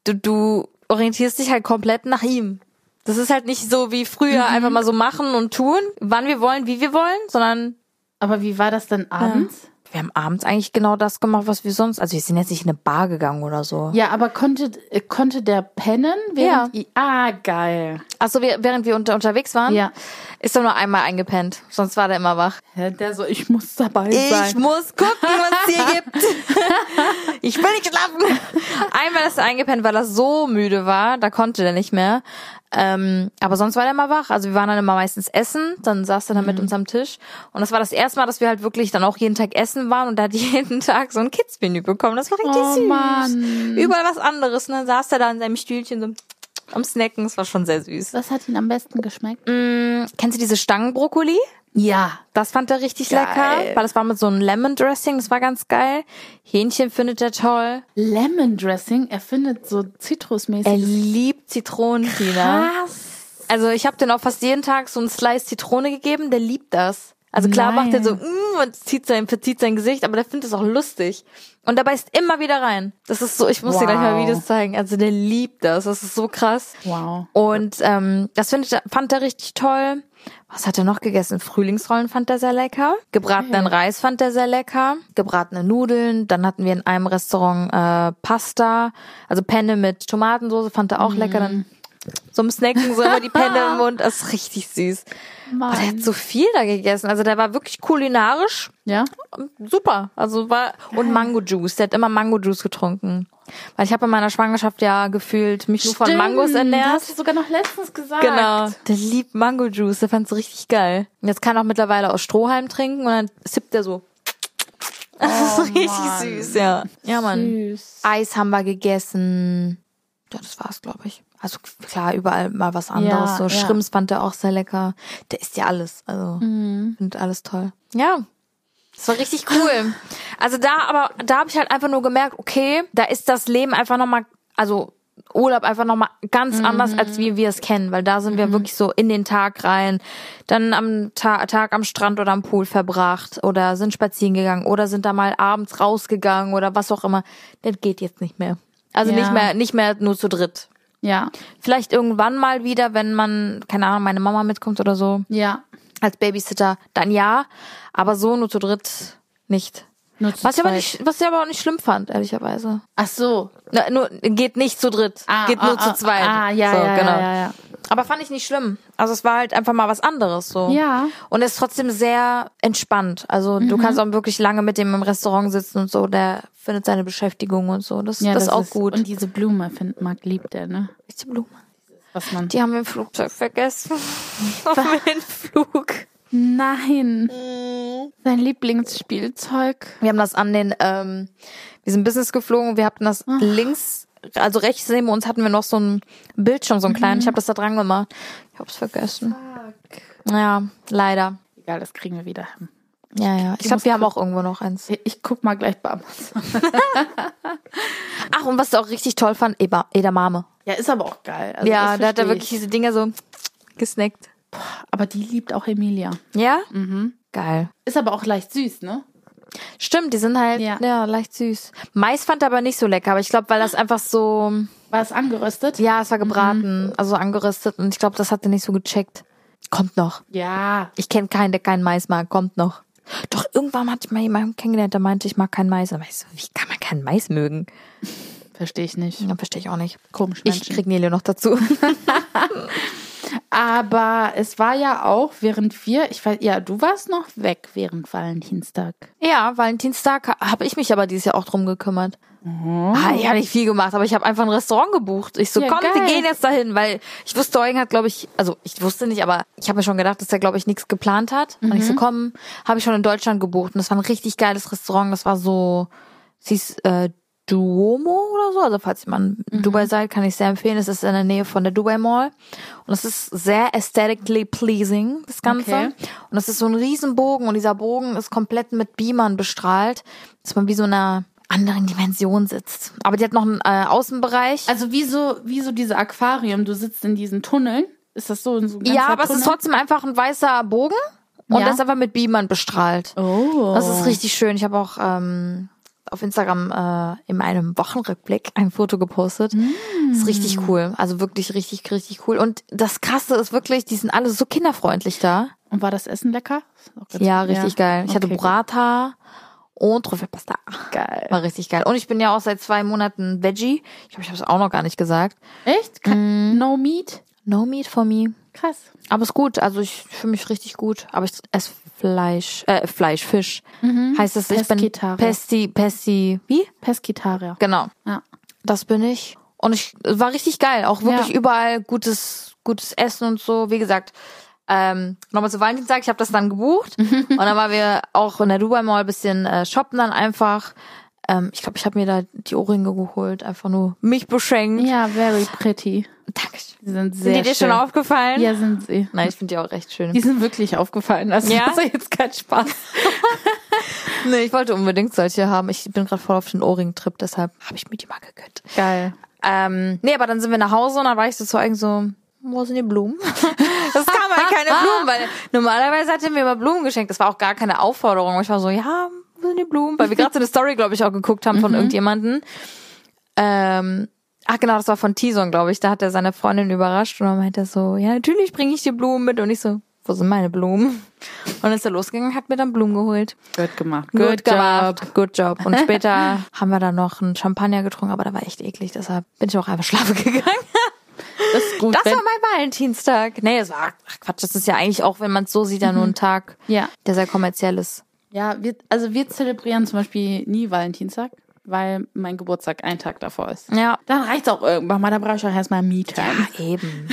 S1: du, du orientierst dich halt komplett nach ihm. Das ist halt nicht so wie früher
S2: Mhm.
S1: einfach mal so machen und tun, wann wir wollen, wie wir wollen, sondern
S2: Aber wie war das denn abends?
S1: wir haben abends eigentlich genau das gemacht, was wir sonst. Also wir sind jetzt nicht in eine Bar gegangen oder so.
S2: Ja, aber konnte, äh, konnte der pennen? Während
S1: Ja.
S2: i- Ah, geil.
S1: Achso, wir, während wir unter, unterwegs waren,
S2: Ja.
S1: ist er nur einmal eingepennt. Sonst war der immer wach.
S2: Ja, Der so, ich muss dabei
S1: Ich
S2: sein.
S1: muss gucken, was es hier gibt. Ich will nicht schlafen. Einmal ist er eingepennt, weil er so müde war. Da konnte der nicht mehr. Ähm, aber sonst war der immer wach. Also wir waren dann immer meistens essen. Dann saß er dann mit uns am Tisch. Und das war das erste Mal, dass wir halt wirklich dann auch jeden Tag essen waren. Und er hat jeden Tag so ein Kids-Menü bekommen. Das war richtig
S2: Oh,
S1: süß.
S2: Mann.
S1: Überall was anderes. Und dann saß er da in seinem Stühlchen so am Snacken. Das war schon sehr süß.
S2: Was hat ihn am besten geschmeckt?
S1: Mm, Kennst du diese Stangenbrokkoli?
S2: Ja.
S1: Das fand er richtig
S2: Geil.
S1: lecker, weil das war mit so einem Lemon Dressing, das war ganz geil. Hähnchen findet er toll.
S2: Lemon Dressing, er findet so
S1: Er
S2: zitrusmäßig.
S1: liebt Zitronen, Tina.
S2: Was?
S1: Also ich habe den auch fast jeden Tag so einen Slice Zitrone gegeben, der liebt das. Also klar
S2: Nein.
S1: macht er so mm, und zieht sein, verzieht sein Gesicht, aber der findet es auch lustig. Und dabei ist immer wieder rein. Das ist so, ich muss dir gleich mal
S2: Wow.
S1: Videos zeigen. Also der liebt das, das ist so krass.
S2: Wow.
S1: Und ähm, das findet, er- fand er richtig toll. Was hat er noch gegessen? Frühlingsrollen fand er sehr lecker. Gebratenen Reis fand er sehr lecker. Gebratene Nudeln. Dann hatten wir in einem Restaurant äh, Pasta. Also Penne mit Tomatensoße fand er auch lecker. Dann so im Snacken so immer die Penne im Mund. Das ist richtig süß. Boah, der
S2: Mann.
S1: hat so viel da gegessen. Also der war wirklich kulinarisch
S2: Ja?
S1: super. Also war und Mango Juice. Der hat immer Mango Juice getrunken. Weil ich habe in meiner Schwangerschaft ja gefühlt mich nur von
S2: Stimmt,
S1: Mangos ernährt.
S2: Hast du sogar noch letztens gesagt.
S1: Genau. Der liebt Mango Juice, der fand's richtig geil. Und Jetzt kann er auch mittlerweile aus Strohhalm trinken und dann sippt er so. Das ist richtig süß, ja. Ja, Mann.
S2: Oh Süß.
S1: Eis haben wir gegessen. Ja, das war's, glaube ich. Also klar, überall mal was anderes.
S2: Ja,
S1: so
S2: ja.
S1: Schrimps fand er auch sehr lecker. Der isst ja alles. Also
S2: Mhm.
S1: findet alles toll. Ja. Das war richtig cool. Also da, aber da habe ich halt einfach nur gemerkt, okay, da ist das Leben einfach nochmal, also Urlaub einfach nochmal ganz anders, als wie wir es kennen, weil da sind wir wirklich so in den Tag rein, dann am Ta Tag am Strand oder am Pool verbracht oder sind spazieren gegangen oder sind da mal abends rausgegangen oder was auch immer. Das geht jetzt nicht mehr. Also
S2: Ja.
S1: nicht mehr, nicht mehr nur zu dritt.
S2: Ja.
S1: Vielleicht irgendwann mal wieder, wenn man, keine Ahnung, meine Mama mitkommt oder so
S2: Ja.
S1: als Babysitter dann ja, aber so nur zu dritt nicht.
S2: Nur zu
S1: Was ich, aber
S2: zweit.
S1: nicht, was ich aber auch nicht schlimm fand, ehrlicherweise.
S2: Ach so.
S1: Na, nur, geht nicht zu dritt,
S2: Ah,
S1: geht
S2: ah,
S1: nur
S2: ah,
S1: zu zweit.
S2: Ah, ja,
S1: so,
S2: ja,
S1: genau.
S2: ja, ja, ja.
S1: Aber fand ich nicht schlimm. Also es war halt einfach mal was anderes so.
S2: Ja. Mhm.
S1: Und es ist trotzdem sehr entspannt. Also du kannst auch wirklich lange mit dem im Restaurant sitzen und so. Der findet seine Beschäftigung und so. Das,
S2: Ja,
S1: das, ist auch gut.
S2: Und diese Blume findet Marc liebt er, ne?
S1: die Blume.
S2: Was man.
S1: Die haben wir im Flugzeug vergessen. Auf dem Hinflug.
S2: Nein.
S1: Mhm.
S2: Sein Lieblingsspielzeug.
S1: Wir haben das an den, ähm, wir sind Business geflogen, wir hatten das links, also rechts neben uns hatten wir noch so einen Bildschirm, so einen kleinen. Ich habe das da dran gemacht. Ich hab's vergessen. Ja, leider.
S2: Egal, das kriegen wir wieder hin.
S1: Ja, ja. Ich glaube, wir haben auch irgendwo noch eins.
S2: Ich guck mal gleich bei Amazon.
S1: Ach, und was ich auch richtig toll fand, Eba, Edamame.
S2: Ja, ist aber auch geil. Also,
S1: Ja,
S2: das
S1: da hat er
S2: versteh
S1: wirklich
S2: ich.
S1: diese Dinger so gesnackt.
S2: Aber die liebt auch Emilia.
S1: Ja? Mhm. Geil.
S2: Ist aber auch leicht süß, ne?
S1: Stimmt, die sind halt ja.
S2: Ja.
S1: leicht süß. Mais fand er aber nicht so lecker, aber ich glaube, weil das einfach so,
S2: War es angeröstet?
S1: ja, es war gebraten, also angeröstet und ich glaube, das hat er nicht so gecheckt. Kommt noch.
S2: Ja.
S1: Ich kenne keinen, der keinen Mais mag. Kommt noch. Doch, irgendwann hatte ich mal jemanden kennengelernt, der meinte, ich mag keinen Mais. Aber ich so, wie kann man keinen Mais mögen?
S2: Verstehe ich nicht.
S1: Ja, verstehe ich auch nicht.
S2: Komisch,
S1: Ich
S2: Menschen.
S1: krieg Nele noch dazu.
S2: Aber es war ja auch, während wir, ich weiß, ja, du warst noch weg während Valentinstag.
S1: ja, Valentinstag ha- habe ich mich aber dieses Jahr auch drum gekümmert. Ah, ich habe nicht viel gemacht, aber ich habe einfach ein Restaurant gebucht. Ich so,
S2: Mhm. Ja,
S1: komm, wir
S2: geil.
S1: gehen jetzt dahin, weil ich wusste, Eugen hat, glaube ich, also ich wusste nicht, aber ich habe mir schon gedacht, dass er, glaube ich, nichts geplant hat. Und
S2: Mhm.
S1: ich so, komm, habe ich schon in Deutschland gebucht. Und das war ein richtig geiles Restaurant. Das war so, sie hieß äh, Duomo oder so. Also falls ihr mal in
S2: Mhm.
S1: Dubai seid, kann ich sehr empfehlen. Es ist in der Nähe von der Dubai Mall. Und es ist sehr aesthetically pleasing, das Ganze.
S2: Okay.
S1: Und es ist so ein Riesenbogen und dieser Bogen ist komplett mit Beamern bestrahlt, dass man wie so in einer anderen Dimension sitzt. Aber die hat noch einen äh, Außenbereich.
S2: Also wie so, wie so diese Aquarium, du sitzt in diesen Tunneln. Ist das so? So ein ganzer
S1: ja, aber es ist
S2: Tunnel?
S1: trotzdem einfach ein weißer Bogen und
S2: Ja.
S1: das ist einfach mit Beamern bestrahlt.
S2: Oh.
S1: Das ist richtig schön. Ich habe auch ähm, auf Instagram äh, in meinem Wochenrückblick ein Foto gepostet.
S2: Mm.
S1: Ist richtig cool. Also wirklich richtig, richtig cool. Und das Krasse ist wirklich, die sind alle so kinderfreundlich da.
S2: Und war das Essen lecker? Ist auch ganz-
S1: Ja, richtig geil. Ich hatte
S2: Okay,
S1: Burrata und Trüffelpasta.
S2: Geil.
S1: War richtig geil. Und ich bin ja auch seit zwei Monaten Veggie. Ich glaube, ich habe es auch noch gar nicht gesagt.
S2: Echt? Ka- No meat?
S1: No meat for me.
S2: Mhm. Krass.
S1: Aber ist gut, also ich fühle mich richtig gut. Aber ich esse Fleisch, äh, Fleisch, Fisch.
S2: Mhm.
S1: Heißt das, ich bin
S2: Pescetarier.
S1: Pesti, Pesti, wie?
S2: Pesketarier.
S1: Genau,
S2: Ja.
S1: das bin ich. Und ich es war richtig geil, auch wirklich
S2: Ja.
S1: überall gutes, gutes Essen und so. Wie gesagt, ähm, nochmal zu Valentinstag, ich habe das dann gebucht. und dann waren wir auch in der Dubai Mall ein bisschen äh, shoppen dann einfach. Ähm, ich glaube, ich habe mir da die Ohrringe geholt, einfach nur mich beschenkt.
S2: Ja, very pretty.
S1: Dankeschön.
S2: Die sind
S1: Sind
S2: sehr
S1: die dir
S2: schön.
S1: schon aufgefallen?
S2: Ja, sind sie.
S1: Nein, ich finde die auch recht schön.
S2: Die sind wirklich aufgefallen. Also
S1: Ja?
S2: das war jetzt kein Spaß.
S1: Nee, ich wollte unbedingt solche haben. Ich bin gerade voll auf den Ohrring-Trip, deshalb habe ich mir die mal gegönnt.
S2: Geil.
S1: Ähm, nee, aber dann sind wir nach Hause und dann war ich so zu Eugen so, wo sind die Blumen? Das kam halt keine Blumen, weil normalerweise hat er mir immer Blumen geschenkt. Das war auch gar keine Aufforderung. Ich war so, ja, wo sind die Blumen? Weil wir gerade so eine Story, glaube ich, auch geguckt haben von irgendjemanden. Ähm, ach genau, das war von Tison, glaube ich. Da hat er seine Freundin überrascht und dann meinte er so, ja, natürlich bringe ich dir Blumen mit. Und ich so, wo sind meine Blumen? Und dann ist er losgegangen, hat mir dann Blumen geholt.
S2: Gut gemacht.
S1: Good, gemacht. Good job. Und später haben wir dann noch einen Champagner getrunken, aber da war echt eklig, deshalb bin ich auch einfach schlafen gegangen.
S2: Das ist gut.
S1: Das
S2: wenn,
S1: war mein Valentinstag. Nee, das war, ach Quatsch, das ist ja eigentlich auch, wenn man es so sieht, ja nur ein Tag,
S2: ja.
S1: der sehr kommerziell ist.
S2: Ja, wir, also wir zelebrieren zum Beispiel nie Valentinstag, weil mein Geburtstag ein Tag davor ist.
S1: Ja.
S2: Dann reicht's auch irgendwann mal, da brauche ich auch erstmal Me-Time.
S1: Eben.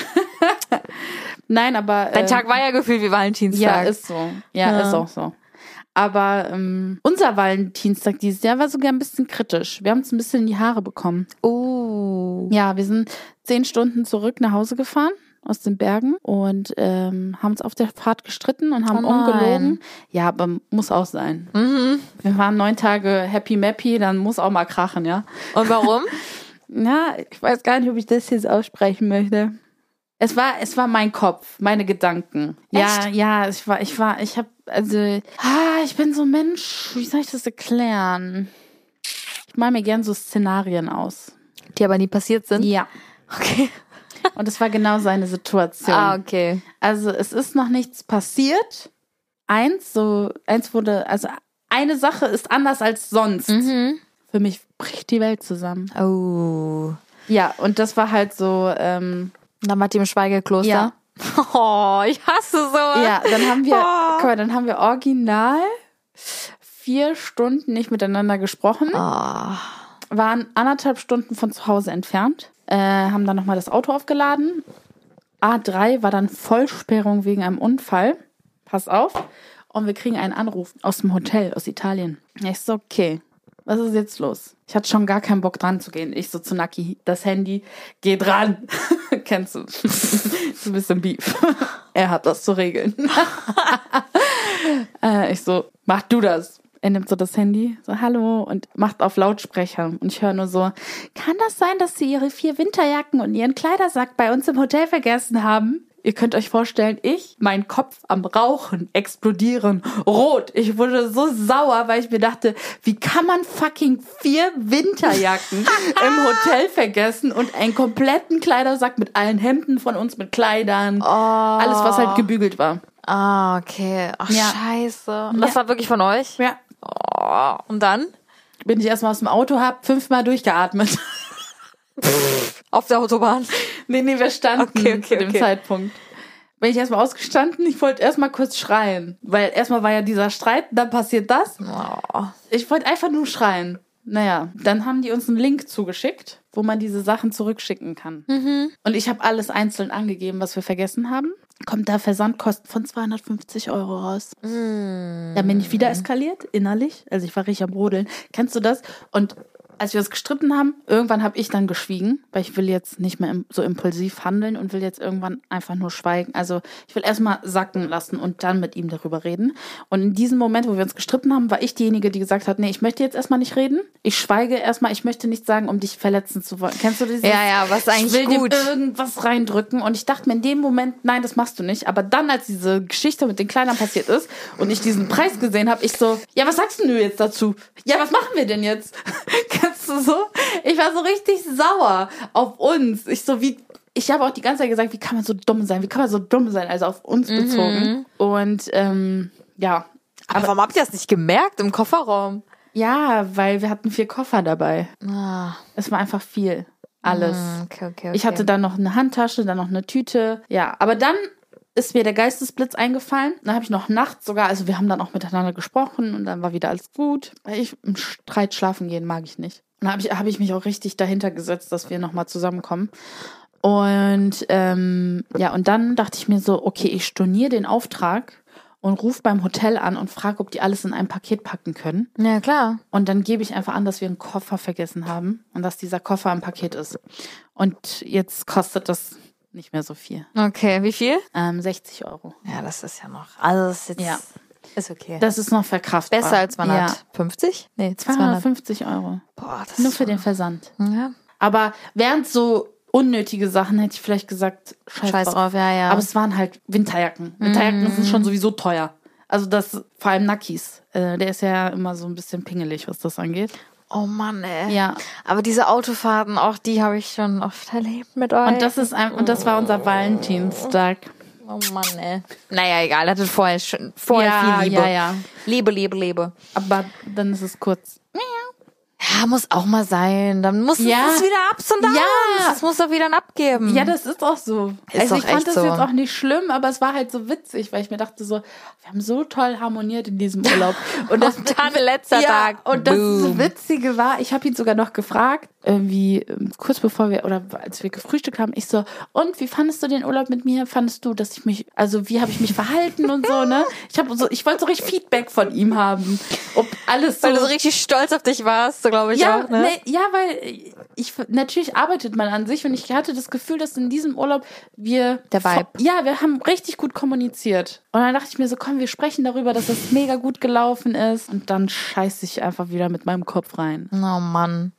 S1: Ähm,
S2: Nein, aber.
S1: Dein
S2: äh,
S1: Tag war ja gefühlt wie
S2: Ja,
S1: Valentinstag.
S2: ist so. Ja,
S1: Ja.
S2: ist auch so. Aber ähm, unser Valentinstag dieses Jahr war sogar ein bisschen kritisch. Wir haben es ein bisschen in die Haare bekommen.
S1: Oh.
S2: Ja, wir sind zehn Stunden zurück nach Hause gefahren aus den Bergen und ähm, haben uns auf der Fahrt gestritten und haben
S1: Oh nein.
S2: umgelogen. Ja, aber muss auch sein. Wir waren neun Tage happy mappy, dann muss auch mal krachen, ja.
S1: Und warum?
S2: Ja, ich weiß gar nicht, ob ich das jetzt aussprechen möchte. Es war, es war mein Kopf, meine Gedanken. Ja, ja, ich war, ich war, ich habe, also, ah, ich bin so ein Mensch. Wie soll ich das erklären? Ich mal mir gern so Szenarien aus.
S1: Die aber nie passiert sind.
S2: Ja.
S1: Okay.
S2: Und es war genau seine Situation.
S1: Ah, okay.
S2: Also es ist noch nichts passiert. Eins, so, eins wurde, also eine Sache ist anders als sonst. Für mich bricht die Welt zusammen.
S1: Oh.
S2: Ja, und das war halt so, ähm,
S1: Und Dann war die im Schweigekloster.
S2: Ja.
S1: Oh, ich hasse sowas.
S2: ja, ah, dann haben wir,
S1: Oh.
S2: guck mal, dann haben wir original vier Stunden nicht miteinander gesprochen, Ah.
S1: Oh.
S2: waren anderthalb Stunden von zu Hause entfernt, äh, haben dann nochmal das Auto aufgeladen. A3 war dann Vollsperrung wegen einem Unfall. Pass auf. Und wir kriegen einen Anruf aus dem Hotel aus Italien. Ich so, okay, was ist jetzt los? Ich hatte schon gar keinen Bock dran zu gehen. Ich so zu Naki, das Handy, geh dran. Kennst du. du bist im Beef. er hat das zu regeln. äh, ich so, mach du das. Er nimmt so das Handy, so hallo und macht auf Lautsprecher. Und ich höre nur so, kann das sein, dass sie ihre vier Winterjacken und ihren Kleidersack bei uns im Hotel vergessen haben? Ihr könnt euch vorstellen, ich, mein Kopf am Rauchen, explodieren, rot. Ich wurde so sauer, weil ich mir dachte, wie kann man fucking vier Winterjacken im Hotel vergessen und einen kompletten Kleidersack mit allen Hemden von uns, mit Kleidern, alles, was halt gebügelt war.
S1: Ah, okay. Ach,
S2: Ja.
S1: scheiße. Und das war wirklich von euch?
S2: Ja.
S1: Oh. Und dann?
S2: Bin ich erstmal aus dem Auto, hab fünfmal durchgeatmet.
S1: Auf der Autobahn.
S2: Nee, nee, wir standen
S1: Okay, okay,
S2: zu dem
S1: okay.
S2: Zeitpunkt. Bin ich erstmal ausgestanden, ich wollte erstmal kurz schreien. Weil erstmal war ja dieser Streit, dann passiert das.
S1: Oh.
S2: Ich wollte einfach nur schreien. Naja, dann haben die uns einen Link zugeschickt, wo man diese Sachen zurückschicken kann. Und ich habe alles einzeln angegeben, was wir vergessen haben. Kommt da Versandkosten von 250 Euro raus. Dann bin ich wieder eskaliert, innerlich. Also ich war richtig am Rodeln. Kennst du das? Und als wir uns gestritten haben, irgendwann habe ich dann geschwiegen, weil ich will jetzt nicht mehr im, so impulsiv handeln und will jetzt irgendwann einfach nur schweigen. Also ich will erstmal sacken lassen und dann mit ihm darüber reden. Und in diesem Moment, wo wir uns gestritten haben, war ich diejenige, die gesagt hat, nee, ich möchte jetzt erstmal nicht reden. Ich schweige erstmal, ich möchte nichts sagen, um dich verletzen zu wollen. Kennst du dieses?
S1: Ja, ja, was eigentlich
S2: ich will
S1: gut.
S2: Dir irgendwas reindrücken. Und ich dachte mir in dem Moment, nein, das machst du nicht. Aber dann, als diese Geschichte mit den Kleinern passiert ist und ich diesen Preis gesehen habe, ich so, ja, was sagst denn du jetzt dazu? Ja, was machen wir denn jetzt? Kannst du so? Ich war so richtig sauer auf uns. Ich so, wie. Ich habe auch die ganze Zeit gesagt, wie kann man so dumm sein? Wie kann man so dumm sein? Also auf
S1: Mhm.
S2: uns bezogen. Und ähm, ja.
S1: Aber warum habt ihr das nicht gemerkt im Kofferraum?
S2: Ja, weil wir hatten vier Koffer dabei.
S1: Ah, hm,
S2: Es war einfach viel. Alles.
S1: okay, okay, okay.
S2: Ich hatte dann noch eine Handtasche, dann noch eine Tüte. Ja, aber dann ist mir der Geistesblitz eingefallen. Dann habe ich noch nachts sogar, also wir haben dann auch miteinander gesprochen und dann war wieder alles gut. Weil Ich im Streit schlafen gehen mag ich nicht. Und dann habe ich, hab ich mich auch richtig dahinter gesetzt, dass wir nochmal zusammenkommen. Und ähm, ja, und dann dachte ich mir so, okay, ich storniere den Auftrag und rufe beim Hotel an und frage, ob die alles in ein Paket packen können.
S1: Ja, klar.
S2: Und dann gebe ich einfach an, dass wir einen Koffer vergessen haben und dass dieser Koffer im Paket ist. Und jetzt kostet das nicht mehr so viel.
S1: Okay, wie viel?
S2: Ähm, 60 Euro.
S1: Ja, das ist ja noch. Also, das ist jetzt.
S2: Ja.
S1: Ist okay. Ah,
S2: Das ist noch verkraftbar.
S1: Besser als man
S2: ja.
S1: hat. 50? Nee, 200.
S2: 250 Euro.
S1: Boah, das
S2: Nur
S1: ist
S2: für den Versand.
S1: schon- Ja.
S2: Aber während so unnötige Sachen hätte ich vielleicht gesagt, scheiß,
S1: Scheiß drauf, ja, ja. Mhm.
S2: Aber es waren halt Winterjacken. Winterjacken sind schon sowieso teuer. Also das, vor allem Nackis. Äh, der ist ja immer so ein bisschen pingelig, was das angeht.
S1: oh Mann, ey.
S2: Ja.
S1: Aber diese Autofahrten, auch die habe ich schon oft erlebt mit euch.
S2: Und das ist ein, und das war unser Valentinstag.
S1: oh Mann, ey. Naja, egal, hattet vorher schon vorher
S2: Ja,
S1: viel Liebe.
S2: ja, ja.
S1: Liebe, Liebe, Liebe.
S2: Aber dann ist es kurz.
S1: Ja, muss auch mal sein. Dann muss
S2: Ja.
S1: es wieder Ups und Downs.
S2: Ja.
S1: Es muss doch wieder ein Abgeben.
S2: Ja, das ist auch so. also
S1: doch
S2: ich fand
S1: echt
S2: das
S1: so.
S2: jetzt auch nicht schlimm, aber es war halt so witzig, weil ich mir dachte so, wir haben so toll harmoniert in diesem Urlaub. Und das
S1: Und dann letzter Tag.
S2: Und das
S1: Boom.
S2: Witzige war, ich habe ihn sogar noch gefragt, irgendwie ähm, kurz bevor wir oder als wir gefrühstückt haben, ich so, und wie fandest du den Urlaub mit mir? Fandest du, dass ich mich, also wie habe ich mich verhalten und so, ne? Ich habe so, ich wollte so richtig Feedback von ihm haben, ob alles so
S1: Weil du so richtig stolz auf dich warst, so glaube ich
S2: ja,
S1: auch. Ne?
S2: ne, ja, weil ich natürlich arbeitet man an sich und ich hatte das Gefühl, dass in diesem Urlaub wir
S1: Der Vibe.
S2: Vo- Ja, wir haben richtig gut kommuniziert. Und dann dachte ich mir so, komm, wir sprechen darüber, dass das mega gut gelaufen ist und dann scheiße ich einfach wieder mit meinem Kopf rein.
S1: Oh Mann.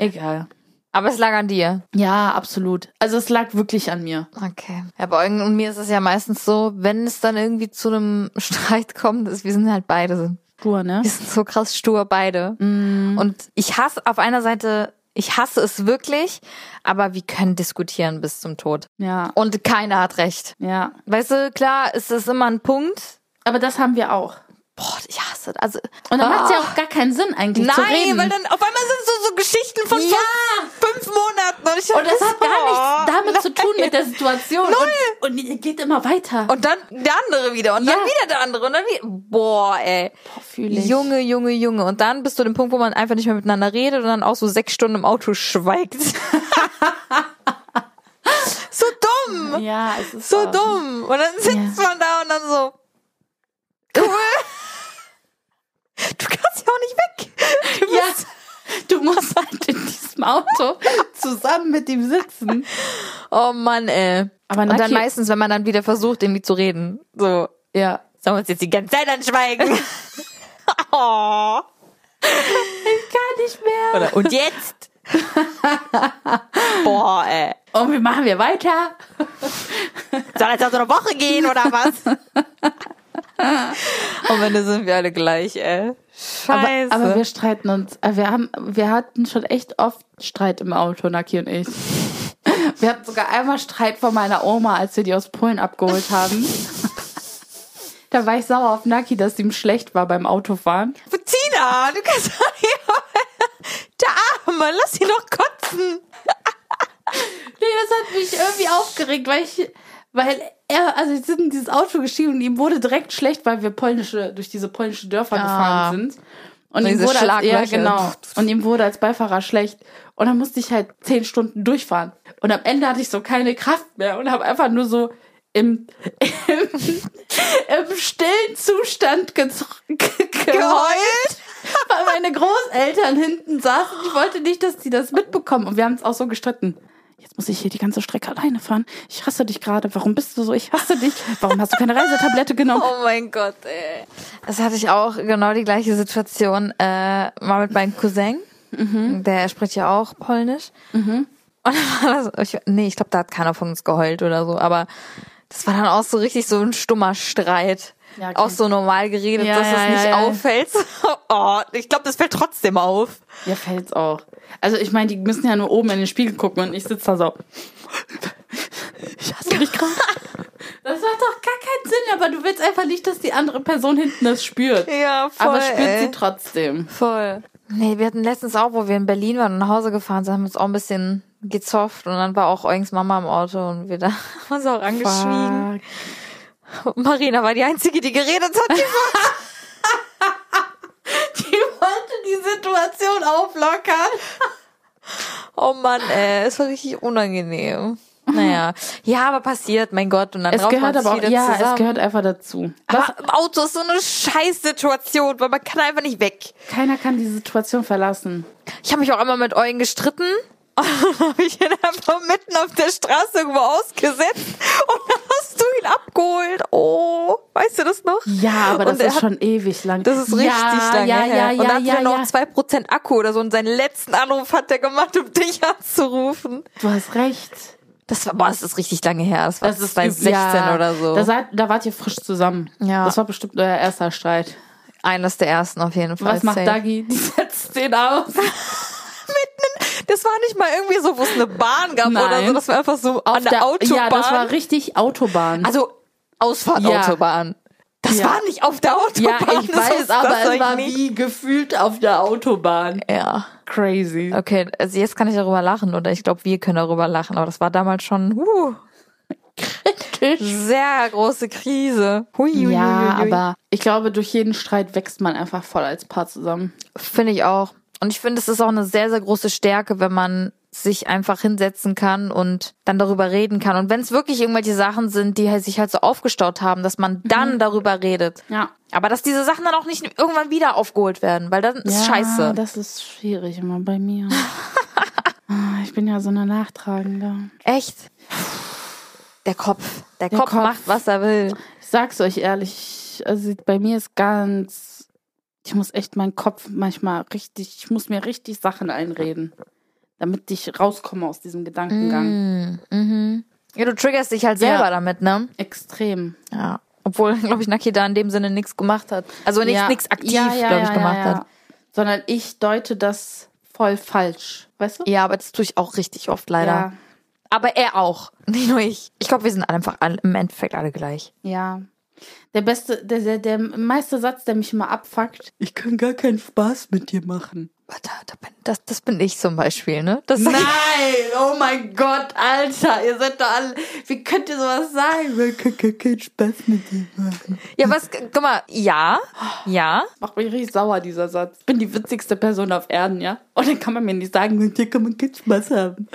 S2: Egal.
S1: Aber es lag an dir.
S2: Ja, absolut. Also es lag wirklich an mir.
S1: Okay. Ja, bei Eugen und mir ist es ja meistens so, wenn es dann irgendwie zu einem Streit kommt, ist, wir sind halt beide,
S2: Stur, ne?
S1: wir sind so krass stur beide.
S2: Mm.
S1: Und ich hasse auf einer Seite, ich hasse es wirklich, aber wir können diskutieren bis zum Tod.
S2: Ja.
S1: Und keiner hat recht.
S2: Ja.
S1: Weißt du, klar ist das immer ein Punkt.
S2: Aber das haben wir auch.
S1: Boah, ich hasse das. Also,
S2: Und dann
S1: ah.
S2: macht es ja auch gar keinen Sinn eigentlich zu
S1: Nein,
S2: reden.
S1: weil dann auf einmal sind so, so Geschichten von
S2: Ja.
S1: fünf, fünf Monaten. Und, ich
S2: und das hat gar nichts
S1: Oh.
S2: damit zu tun mit der Situation. Und, und ihr geht immer weiter.
S1: Und dann der andere wieder und dann
S2: Ja.
S1: wieder der andere und dann wieder. Boah, ey.
S2: fühl ich.
S1: Junge, Junge, Junge. Und dann bist du dem Punkt, wo man einfach nicht mehr miteinander redet und dann auch so sechs Stunden im Auto schweigt. so dumm.
S2: ja, es ist
S1: So
S2: auch-
S1: dumm. Und dann sitzt man da und dann so. Cool. du kannst ja auch nicht weg. Du
S2: Ja,
S1: bist-
S2: du musst halt in diesem Auto zusammen mit ihm sitzen.
S1: Oh Mann, ey.
S2: Aber
S1: und dann
S2: Naki-
S1: meistens, wenn man dann wieder versucht, irgendwie zu reden. So.
S2: Ja.
S1: Sollen wir uns jetzt die ganze Zeit anschweigen? oh.
S2: Gar nicht mehr.
S1: Oder, und jetzt? Boah, ey.
S2: Und wie machen wir weiter?
S1: Soll das auf so eine Woche gehen oder was? Am Ende sind wir alle gleich, ey. Scheiße.
S2: Aber wir streiten uns. Äh, Wir, haben, wir hatten schon echt oft Streit im Auto, Naki und ich. Wir hatten sogar einmal Streit vor meiner Oma, als wir die aus Polen abgeholt haben. Da war ich sauer auf Naki, dass ihm schlecht war beim Autofahren.
S1: Bettina, du kannst doch nicht. Der Arme, lass ihn doch kotzen.
S2: Nee, das hat mich irgendwie aufgeregt, weil ich, weil er, also wir sind in dieses Auto gestiegen und ihm wurde direkt schlecht, weil wir polnische, durch diese polnische Dörfer gefahren sind. Und ihm
S1: Ah. diese
S2: wurde als, ja,
S1: Schlaglöcher.
S2: genau. Und ihm wurde als Beifahrer schlecht. Und dann musste ich halt zehn Stunden durchfahren. Und am Ende hatte ich so keine Kraft mehr und habe einfach nur so im, im, im stillen Zustand gezo- ge- geheult.
S1: Geheult?
S2: weil meine Großeltern hinten saßen. Ich wollte nicht, dass die das mitbekommen. Und wir haben es auch so gestritten. Jetzt muss ich hier die ganze Strecke alleine fahren. Ich hasse dich gerade. Warum bist du so? Ich hasse dich. Warum hast du keine Reisetablette genommen?
S1: Oh mein Gott, ey. Das hatte ich auch genau die gleiche Situation äh, mal mit meinem Cousin. Der spricht ja auch Polnisch. Und dann war das, ich, nee, ich glaube, da hat keiner von uns geheult oder so, aber das war dann auch so richtig so ein stummer Streit.
S2: Ja, okay.
S1: Auch so normal geredet,
S2: Ja,
S1: dass
S2: ja,
S1: es
S2: ja,
S1: nicht
S2: ja.
S1: auffällt. Oh, ich glaube, das fällt trotzdem auf.
S2: Mir fällt's auch. Also ich meine, die müssen ja nur oben in den Spiegel gucken und ich sitze da so. Ich hasse dich gerade. Das macht doch gar keinen Sinn, aber du willst einfach nicht, dass die andere Person hinten das spürt.
S1: Ja,
S2: aber spürt sie trotzdem.
S1: Voll. Nee, wir hatten letztens auch, wo wir in Berlin waren und nach Hause gefahren sind, haben uns auch ein bisschen gezofft und dann war auch Eugens Mama im Auto und wir da haben uns auch angeschwiegen.
S2: Fuck.
S1: Und Marina war die Einzige, die geredet hat.
S2: Die wollte die Situation auflockern.
S1: oh Mann, ey, es war richtig unangenehm. Naja, ja, aber passiert, mein Gott. Und dann
S2: Es
S1: rauft
S2: gehört
S1: man's
S2: aber auch,
S1: wieder
S2: ja,
S1: zusammen.
S2: es gehört einfach dazu.
S1: aber im Auto ist so eine Scheißsituation, weil man kann einfach nicht weg.
S2: Keiner kann die Situation verlassen.
S1: Ich habe mich auch einmal mit Eugen gestritten. Und dann habe ich ihn einfach mitten auf der Straße irgendwo ausgesetzt. Und dann hast du ihn abgeholt. Oh, weißt du das noch?
S2: Ja, aber das
S1: und er
S2: ist
S1: hat,
S2: schon ewig lang.
S1: Das ist richtig
S2: ja,
S1: lange
S2: Ja,
S1: her.
S2: ja,
S1: und
S2: ja,
S1: dann
S2: ja,
S1: hat er noch
S2: ja.
S1: zwei Prozent Akku oder so. Und seinen letzten Anruf hat er gemacht, um dich anzurufen.
S2: Du hast recht.
S1: Das war, boah, das ist richtig lange her. Das war 2016
S2: ja,
S1: oder so.
S2: Da, seid, da wart ihr frisch zusammen.
S1: Ja.
S2: Das war bestimmt euer erster Streit.
S1: Eines der ersten auf jeden Fall.
S2: Was macht
S1: Safe.
S2: Dagi? Die setzt den aus.
S1: Das war nicht mal irgendwie so, wo es eine Bahn gab oder
S2: Nein.
S1: so. Das war einfach so an der, Autobahn.
S2: Ja, das war richtig Autobahn.
S1: Also Ausfahrt
S2: Ja.
S1: Autobahn. Das
S2: Ja.
S1: war nicht auf der
S2: ja,
S1: Autobahn.
S2: ich
S1: das
S2: weiß,
S1: ist- das
S2: aber
S1: sag
S2: es
S1: ich
S2: war
S1: nicht.
S2: wie gefühlt auf der Autobahn.
S1: Ja.
S2: Crazy.
S1: Okay, also jetzt kann ich darüber lachen oder ich glaube, wir können darüber lachen, aber das war damals schon huh, sehr große Krise. Hui, hui,
S2: Ja,
S1: hui, hui.
S2: aber ich glaube, durch jeden Streit wächst man einfach voll als Paar zusammen.
S1: finde ich auch. Und ich finde, es ist auch eine sehr sehr große Stärke, wenn man sich einfach hinsetzen kann und dann darüber reden kann. Und wenn es wirklich irgendwelche Sachen sind, die halt sich halt so aufgestaut haben, dass man dann darüber redet.
S2: Ja.
S1: Aber dass diese Sachen dann auch nicht irgendwann wieder aufgeholt werden, weil dann ist scheiße.
S2: Das ist schwierig immer bei mir. Ah, ich bin ja so eine Nachtragende.
S1: Echt? Der Kopf. Der, Kopf,
S2: Kopf.
S1: macht, was er will.
S2: Ich sag's euch ehrlich, also bei mir ist ganz. Ich muss echt meinen Kopf manchmal richtig, ich muss mir richtig Sachen einreden, damit ich rauskomme aus diesem Gedankengang.
S1: Mhm. Mhm. Ja, du triggerst dich halt selber
S2: Ja.
S1: damit, ne?
S2: Extrem.
S1: Ja. Obwohl, glaube ich, Naki da in dem Sinne nichts gemacht hat. Also nichts,
S2: Ja.
S1: nichts aktiv,
S2: Ja, ja,
S1: glaube ich,
S2: ja,
S1: gemacht
S2: ja, ja.
S1: hat.
S2: Sondern ich deute das voll falsch. Weißt du?
S1: Ja, aber das tue ich auch richtig oft leider.
S2: Ja.
S1: Aber er auch. Nicht nur ich. Ich glaube, wir sind einfach alle, im Endeffekt alle gleich.
S2: Ja. Der beste, der, der, der meiste Satz, der mich immer abfuckt. Ich kann gar keinen Spaß mit dir machen.
S1: Aber Da, da bin, das, das bin ich zum Beispiel, ne? Das
S2: Nein! Oh mein Gott, Alter, ihr seid doch alle. Wie könnt ihr sowas sagen? Ich kann gar keinen Spaß mit dir machen.
S1: Ja, was, guck mal, ja, ja.
S2: Macht mich richtig sauer, dieser Satz. Ich bin die witzigste Person auf Erden, ja? Und dann kann man mir nicht sagen, mit dir kann man keinen Spaß haben.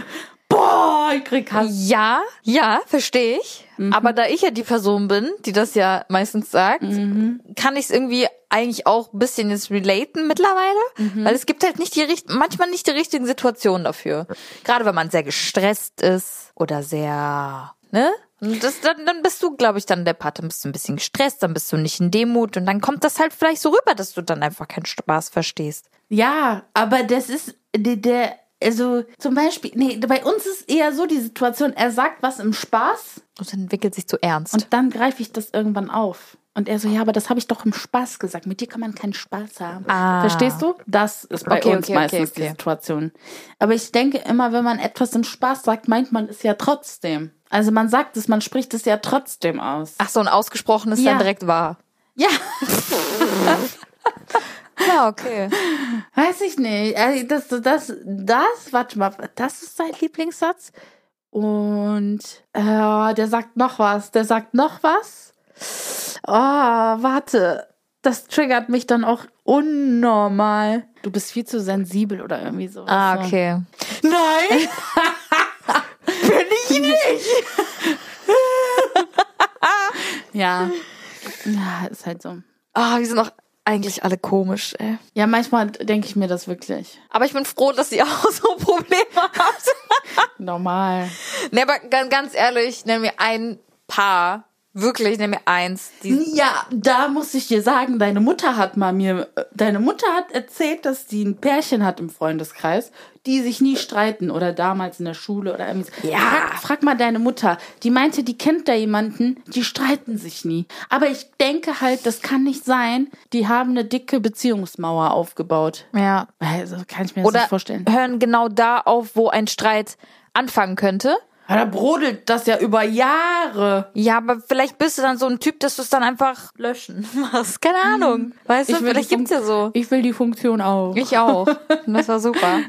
S2: Boah, ich krieg Hass.
S1: Ja, ja, verstehe ich. Aber da ich ja die Person bin, die das ja meistens sagt, kann ich es irgendwie eigentlich auch ein bisschen jetzt relaten mittlerweile, weil es gibt halt nicht die richt- manchmal nicht die richtigen Situationen dafür. Gerade wenn man sehr gestresst ist oder sehr, ne? Und Das, dann, dann bist du, glaube ich, dann der Part, dann bist du ein bisschen gestresst, dann bist du nicht in Demut und dann kommt das halt vielleicht so rüber, dass du dann einfach keinen Spaß verstehst.
S2: Ja, aber das ist der, der also zum Beispiel, nee, bei uns ist eher so die Situation, er sagt was im Spaß
S1: Und dann entwickelt sich zu ernst.
S2: Und dann greife ich das irgendwann auf. Und er so, ja, aber das habe ich doch im Spaß gesagt. Mit dir kann man keinen Spaß haben.
S1: Ah.
S2: Verstehst du? Das ist bei
S1: Okay,
S2: uns
S1: okay,
S2: meistens
S1: okay, okay.
S2: die Situation. Aber ich denke immer, wenn man etwas im Spaß sagt, meint man es ja trotzdem. Also man sagt es, man spricht es ja trotzdem aus.
S1: Ach so, ein ausgesprochenes
S2: Ja.
S1: dann direkt wahr.
S2: Ja,
S1: Ja, okay.
S2: weiß ich nicht. Also Das, das, das, warte mal, das ist sein Lieblingssatz. Und äh, der sagt noch was, der sagt noch was. Oh, warte. Das triggert mich dann auch unnormal. Du bist viel zu sensibel oder irgendwie so.
S1: Ah, okay.
S2: Nein! Bin ich nicht! ja. halt Ja, ist halt so.
S1: Ah, wir sind auch eigentlich alle komisch, ey.
S2: Ja, manchmal denke ich mir das wirklich.
S1: Aber ich bin froh, dass ihr auch so Probleme habt.
S2: Normal.
S1: nee, aber ganz, ganz ehrlich, nenn mir ein Paar. Wirklich, nenn mir eins. Die,
S2: Ja, da muss ich dir sagen, deine Mutter hat mal mir, deine Mutter hat erzählt, dass die ein Pärchen hat im Freundeskreis, die sich nie streiten oder damals in der Schule oder irgendwie. so.
S1: Ja.
S2: Frag, frag mal deine Mutter. Die meinte, die kennt da jemanden, die streiten sich nie. Aber ich denke halt, das kann nicht sein. Die haben eine dicke Beziehungsmauer aufgebaut.
S1: ja.
S2: Also kann ich mir das
S1: Oder
S2: nicht vorstellen.
S1: hören genau da auf, wo ein Streit anfangen könnte.
S2: Ja, da brodelt das ja über Jahre.
S1: Ja, aber vielleicht bist du dann so ein Typ, dass du es dann einfach löschen machst. Keine Ahnung. Weißt du,
S2: will die
S1: vielleicht gibt's
S2: Fun-
S1: ja Hm. so.
S2: Ich will die Funktion auch.
S1: Ich auch. Und das war super.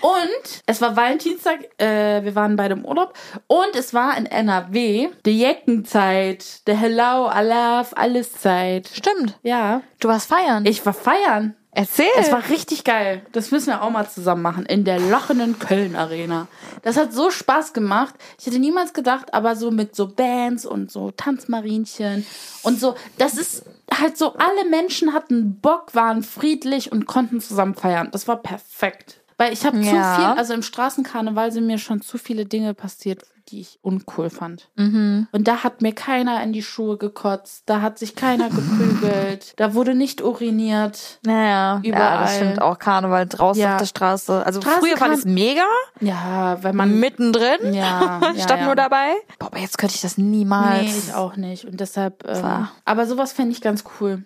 S2: Und es war Valentinstag, äh, wir waren beide im Urlaub und es war in NRW die Jeckenzeit, der Hello, Alaf, alles Zeit.
S1: Stimmt.
S2: Ja,
S1: Du warst feiern.
S2: ich war feiern.
S1: Erzähl.
S2: Es war richtig geil. Das müssen wir auch mal zusammen machen. In der lachenden Köln Arena. Das hat so Spaß gemacht. Ich hätte niemals gedacht, aber so mit so Bands und so Tanzmarinchen und so. Das ist halt so, alle Menschen hatten Bock, waren friedlich und konnten zusammen feiern. Das war perfekt. Weil ich habe
S1: Ja.
S2: zu viel, also im Straßenkarneval sind mir schon zu viele Dinge passiert, die ich uncool fand. Und da hat mir keiner in die Schuhe gekotzt, da hat sich keiner geprügelt, da wurde nicht uriniert.
S1: naja, ja,
S2: Überall.
S1: das stimmt auch. Karneval draußen
S2: Ja.
S1: auf der Straße. Also
S2: Straßen
S1: früher war
S2: kann-
S1: das mega,
S2: Ja, weil man
S1: mittendrin.
S2: Ja, ja,
S1: Stand
S2: ja.
S1: nur dabei. Boah, aber jetzt könnte ich das niemals.
S2: Nee, ich auch nicht. Und deshalb. Ähm,
S1: War-
S2: aber sowas fände ich ganz cool.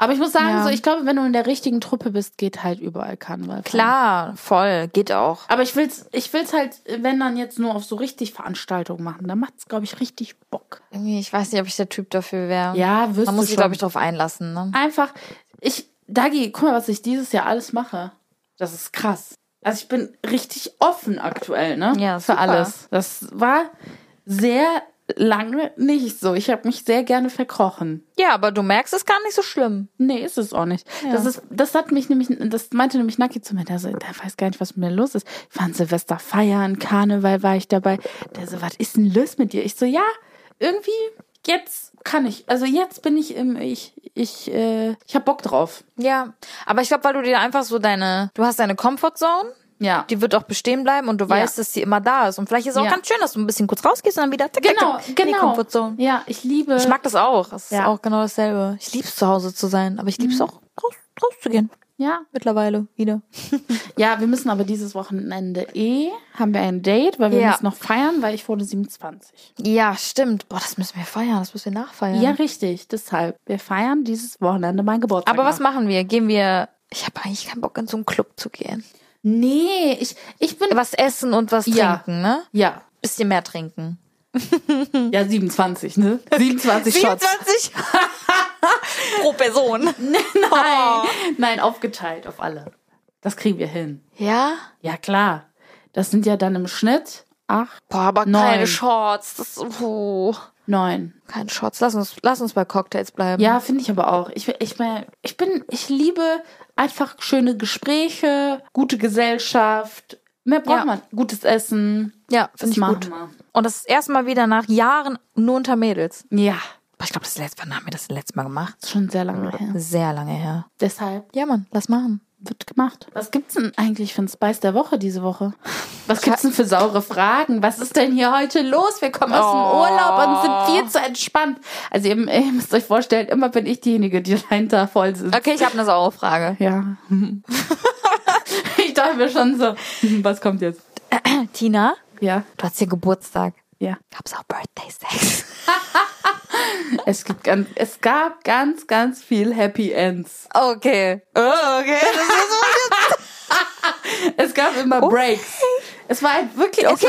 S2: Aber ich muss sagen,
S1: Ja.
S2: so, ich glaube, wenn du in der richtigen Truppe bist, geht halt überall Karneval.
S1: Klar, voll, geht auch.
S2: Aber ich will's, ich will's halt, wenn dann jetzt nur auf so richtig Veranstaltungen machen, dann macht's, glaube ich, richtig Bock.
S1: Irgendwie, ich weiß nicht, ob ich der Typ dafür wäre.
S2: Ja, wirst
S1: Man
S2: du
S1: muss sich,
S2: schon.
S1: glaube ich, drauf einlassen. Ne?
S2: Einfach, ich, Dagi, guck mal, was ich dieses Jahr alles mache. Das ist krass. Also ich bin richtig offen aktuell, ne?
S1: Ja,
S2: für
S1: super.
S2: alles. Das war sehr lange nicht so. Ich habe mich sehr gerne verkrochen.
S1: Ja, aber du merkst, es ist gar nicht so schlimm.
S2: Nee, ist es auch nicht.
S1: Ja.
S2: Das ist, das hat mich nämlich, das meinte nämlich Naki zu mir, der so, der weiß gar nicht, was mit mir los ist. Wir waren Silvester feiern, Karneval war ich dabei. Der so, was ist denn los mit dir? Ich so, ja, irgendwie, jetzt kann ich. Also jetzt bin ich im, ich, ich, äh, ich hab Bock drauf.
S1: Ja, aber ich glaube, weil du dir einfach so deine, du hast deine Comfortzone,
S2: Ja.
S1: die wird auch bestehen bleiben und du weißt, dass sie immer da ist. Und vielleicht ist es auch
S2: Ja.
S1: ganz schön, dass du ein bisschen kurz rausgehst und dann wieder zack, zack,
S2: genau,
S1: zack, in die
S2: genau.
S1: Comfortzone.
S2: Ja, ich liebe.
S1: Ich mag das auch. Es
S2: Ja.
S1: ist auch genau dasselbe. Ich lieb's zu Hause zu sein, aber ich lieb's auch raus, rauszugehen.
S2: ja.
S1: Mittlerweile wieder.
S2: ja, wir müssen aber dieses Wochenende eh, haben wir ein Date, weil wir
S1: Ja.
S2: müssen noch feiern, weil ich wurde 27.
S1: Ja, stimmt. Boah, das müssen wir feiern, das müssen wir nachfeiern.
S2: Ja, richtig. Deshalb, wir feiern dieses Wochenende mein Geburtstag.
S1: aber
S2: nach.
S1: was machen wir? Gehen wir. Ich habe eigentlich keinen Bock, in so einen Club zu gehen.
S2: Nee, ich, ich bin.
S1: Was essen und was
S2: Ja.
S1: trinken, ne?
S2: Ja.
S1: Bisschen mehr trinken.
S2: Ja, 27, ne? 27 Shots.
S1: 27 pro Person.
S2: Nein. Nein, aufgeteilt auf alle. Das kriegen wir hin.
S1: Ja?
S2: Ja, klar. Das sind ja dann im Schnitt acht,
S1: Boah, aber
S2: Neun.
S1: keine Shorts. Das, oh,
S2: neun.
S1: keine Shorts. Lass uns, lass uns bei Cocktails bleiben.
S2: Ja, finde ich aber auch. Ich, ich, mein, ich bin, ich liebe einfach schöne Gespräche, gute Gesellschaft. Mehr braucht
S1: Ja.
S2: man. Gutes Essen.
S1: ja
S2: Das
S1: finde ich
S2: machen
S1: gut.
S2: wir.
S1: Und das erste Mal wieder nach Jahren nur unter Mädels.
S2: Ja,
S1: Boah, ich glaube, das letzte Mal haben wir das letzte Mal gemacht.
S2: ist schon sehr lange her.
S1: Sehr lange her.
S2: Deshalb
S1: Ja, Mann, lass machen.
S2: wird gemacht. Was gibt's denn eigentlich für ein Spice der Woche diese Woche? Was gibt's denn für saure Fragen? Was ist denn hier heute los? Wir kommen aus
S1: Oh.
S2: dem Urlaub und sind viel zu entspannt. Also ihr, ihr müsst euch vorstellen, immer bin ich diejenige, die dahinter voll sitzt.
S1: Okay, ich habe eine saure Frage.
S2: Ja. ich dachte mir schon so, hm, was kommt jetzt?
S1: Tina,
S2: Ja,
S1: du hast hier Geburtstag.
S2: ja.
S1: Gab's auch Birthday Sex?
S2: Es, gibt ganz, es gab ganz, ganz viel Happy Ends.
S1: Okay. Oh, okay.
S2: Es gab immer Breaks. Es war halt wirklich...
S1: Okay,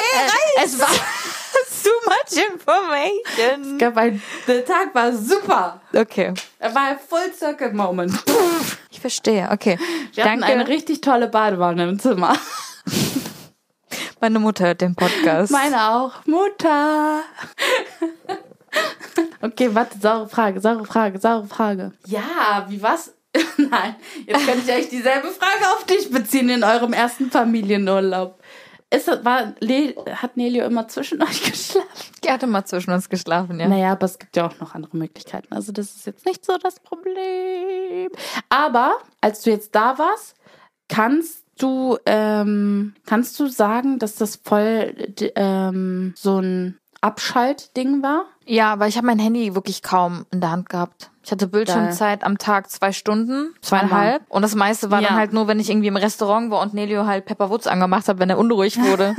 S2: es, es, war,
S1: Das ist too much
S2: es
S1: information.
S2: gab ein, der Tag war super.
S1: Okay.
S2: Er war ein Full Circle Moment.
S1: Ich verstehe. Okay.
S2: Wir hatten eine
S1: Danke.
S2: richtig tolle Badewanne im Zimmer.
S1: Meine Mutter hört den Podcast.
S2: Meine auch. Mutter. Okay, warte, saure Frage, saure Frage, saure Frage. Ja, wie was? Nein, jetzt könnte ich euch dieselbe Frage auf dich beziehen in eurem ersten Familienurlaub. Ist, das- war, Le, hat Nelio immer zwischen euch geschlafen?
S1: Die hatte mal zwischen uns geschlafen, ja.
S2: Naja, aber es gibt ja auch noch andere Möglichkeiten. Also das ist jetzt nicht so das Problem. Aber als du jetzt da warst, kannst du, ähm, kannst du sagen, dass das voll d- ähm, so ein Abschaltding war?
S1: Ja, aber ich habe mein Handy wirklich kaum in der Hand gehabt. Ich hatte Bildschirmzeit am Tag zwei Stunden, zweieinhalb. Und das meiste war
S2: Ja.
S1: dann halt nur, wenn ich irgendwie im Restaurant war und Nelio halt Pepper Woods angemacht hat, wenn er unruhig wurde.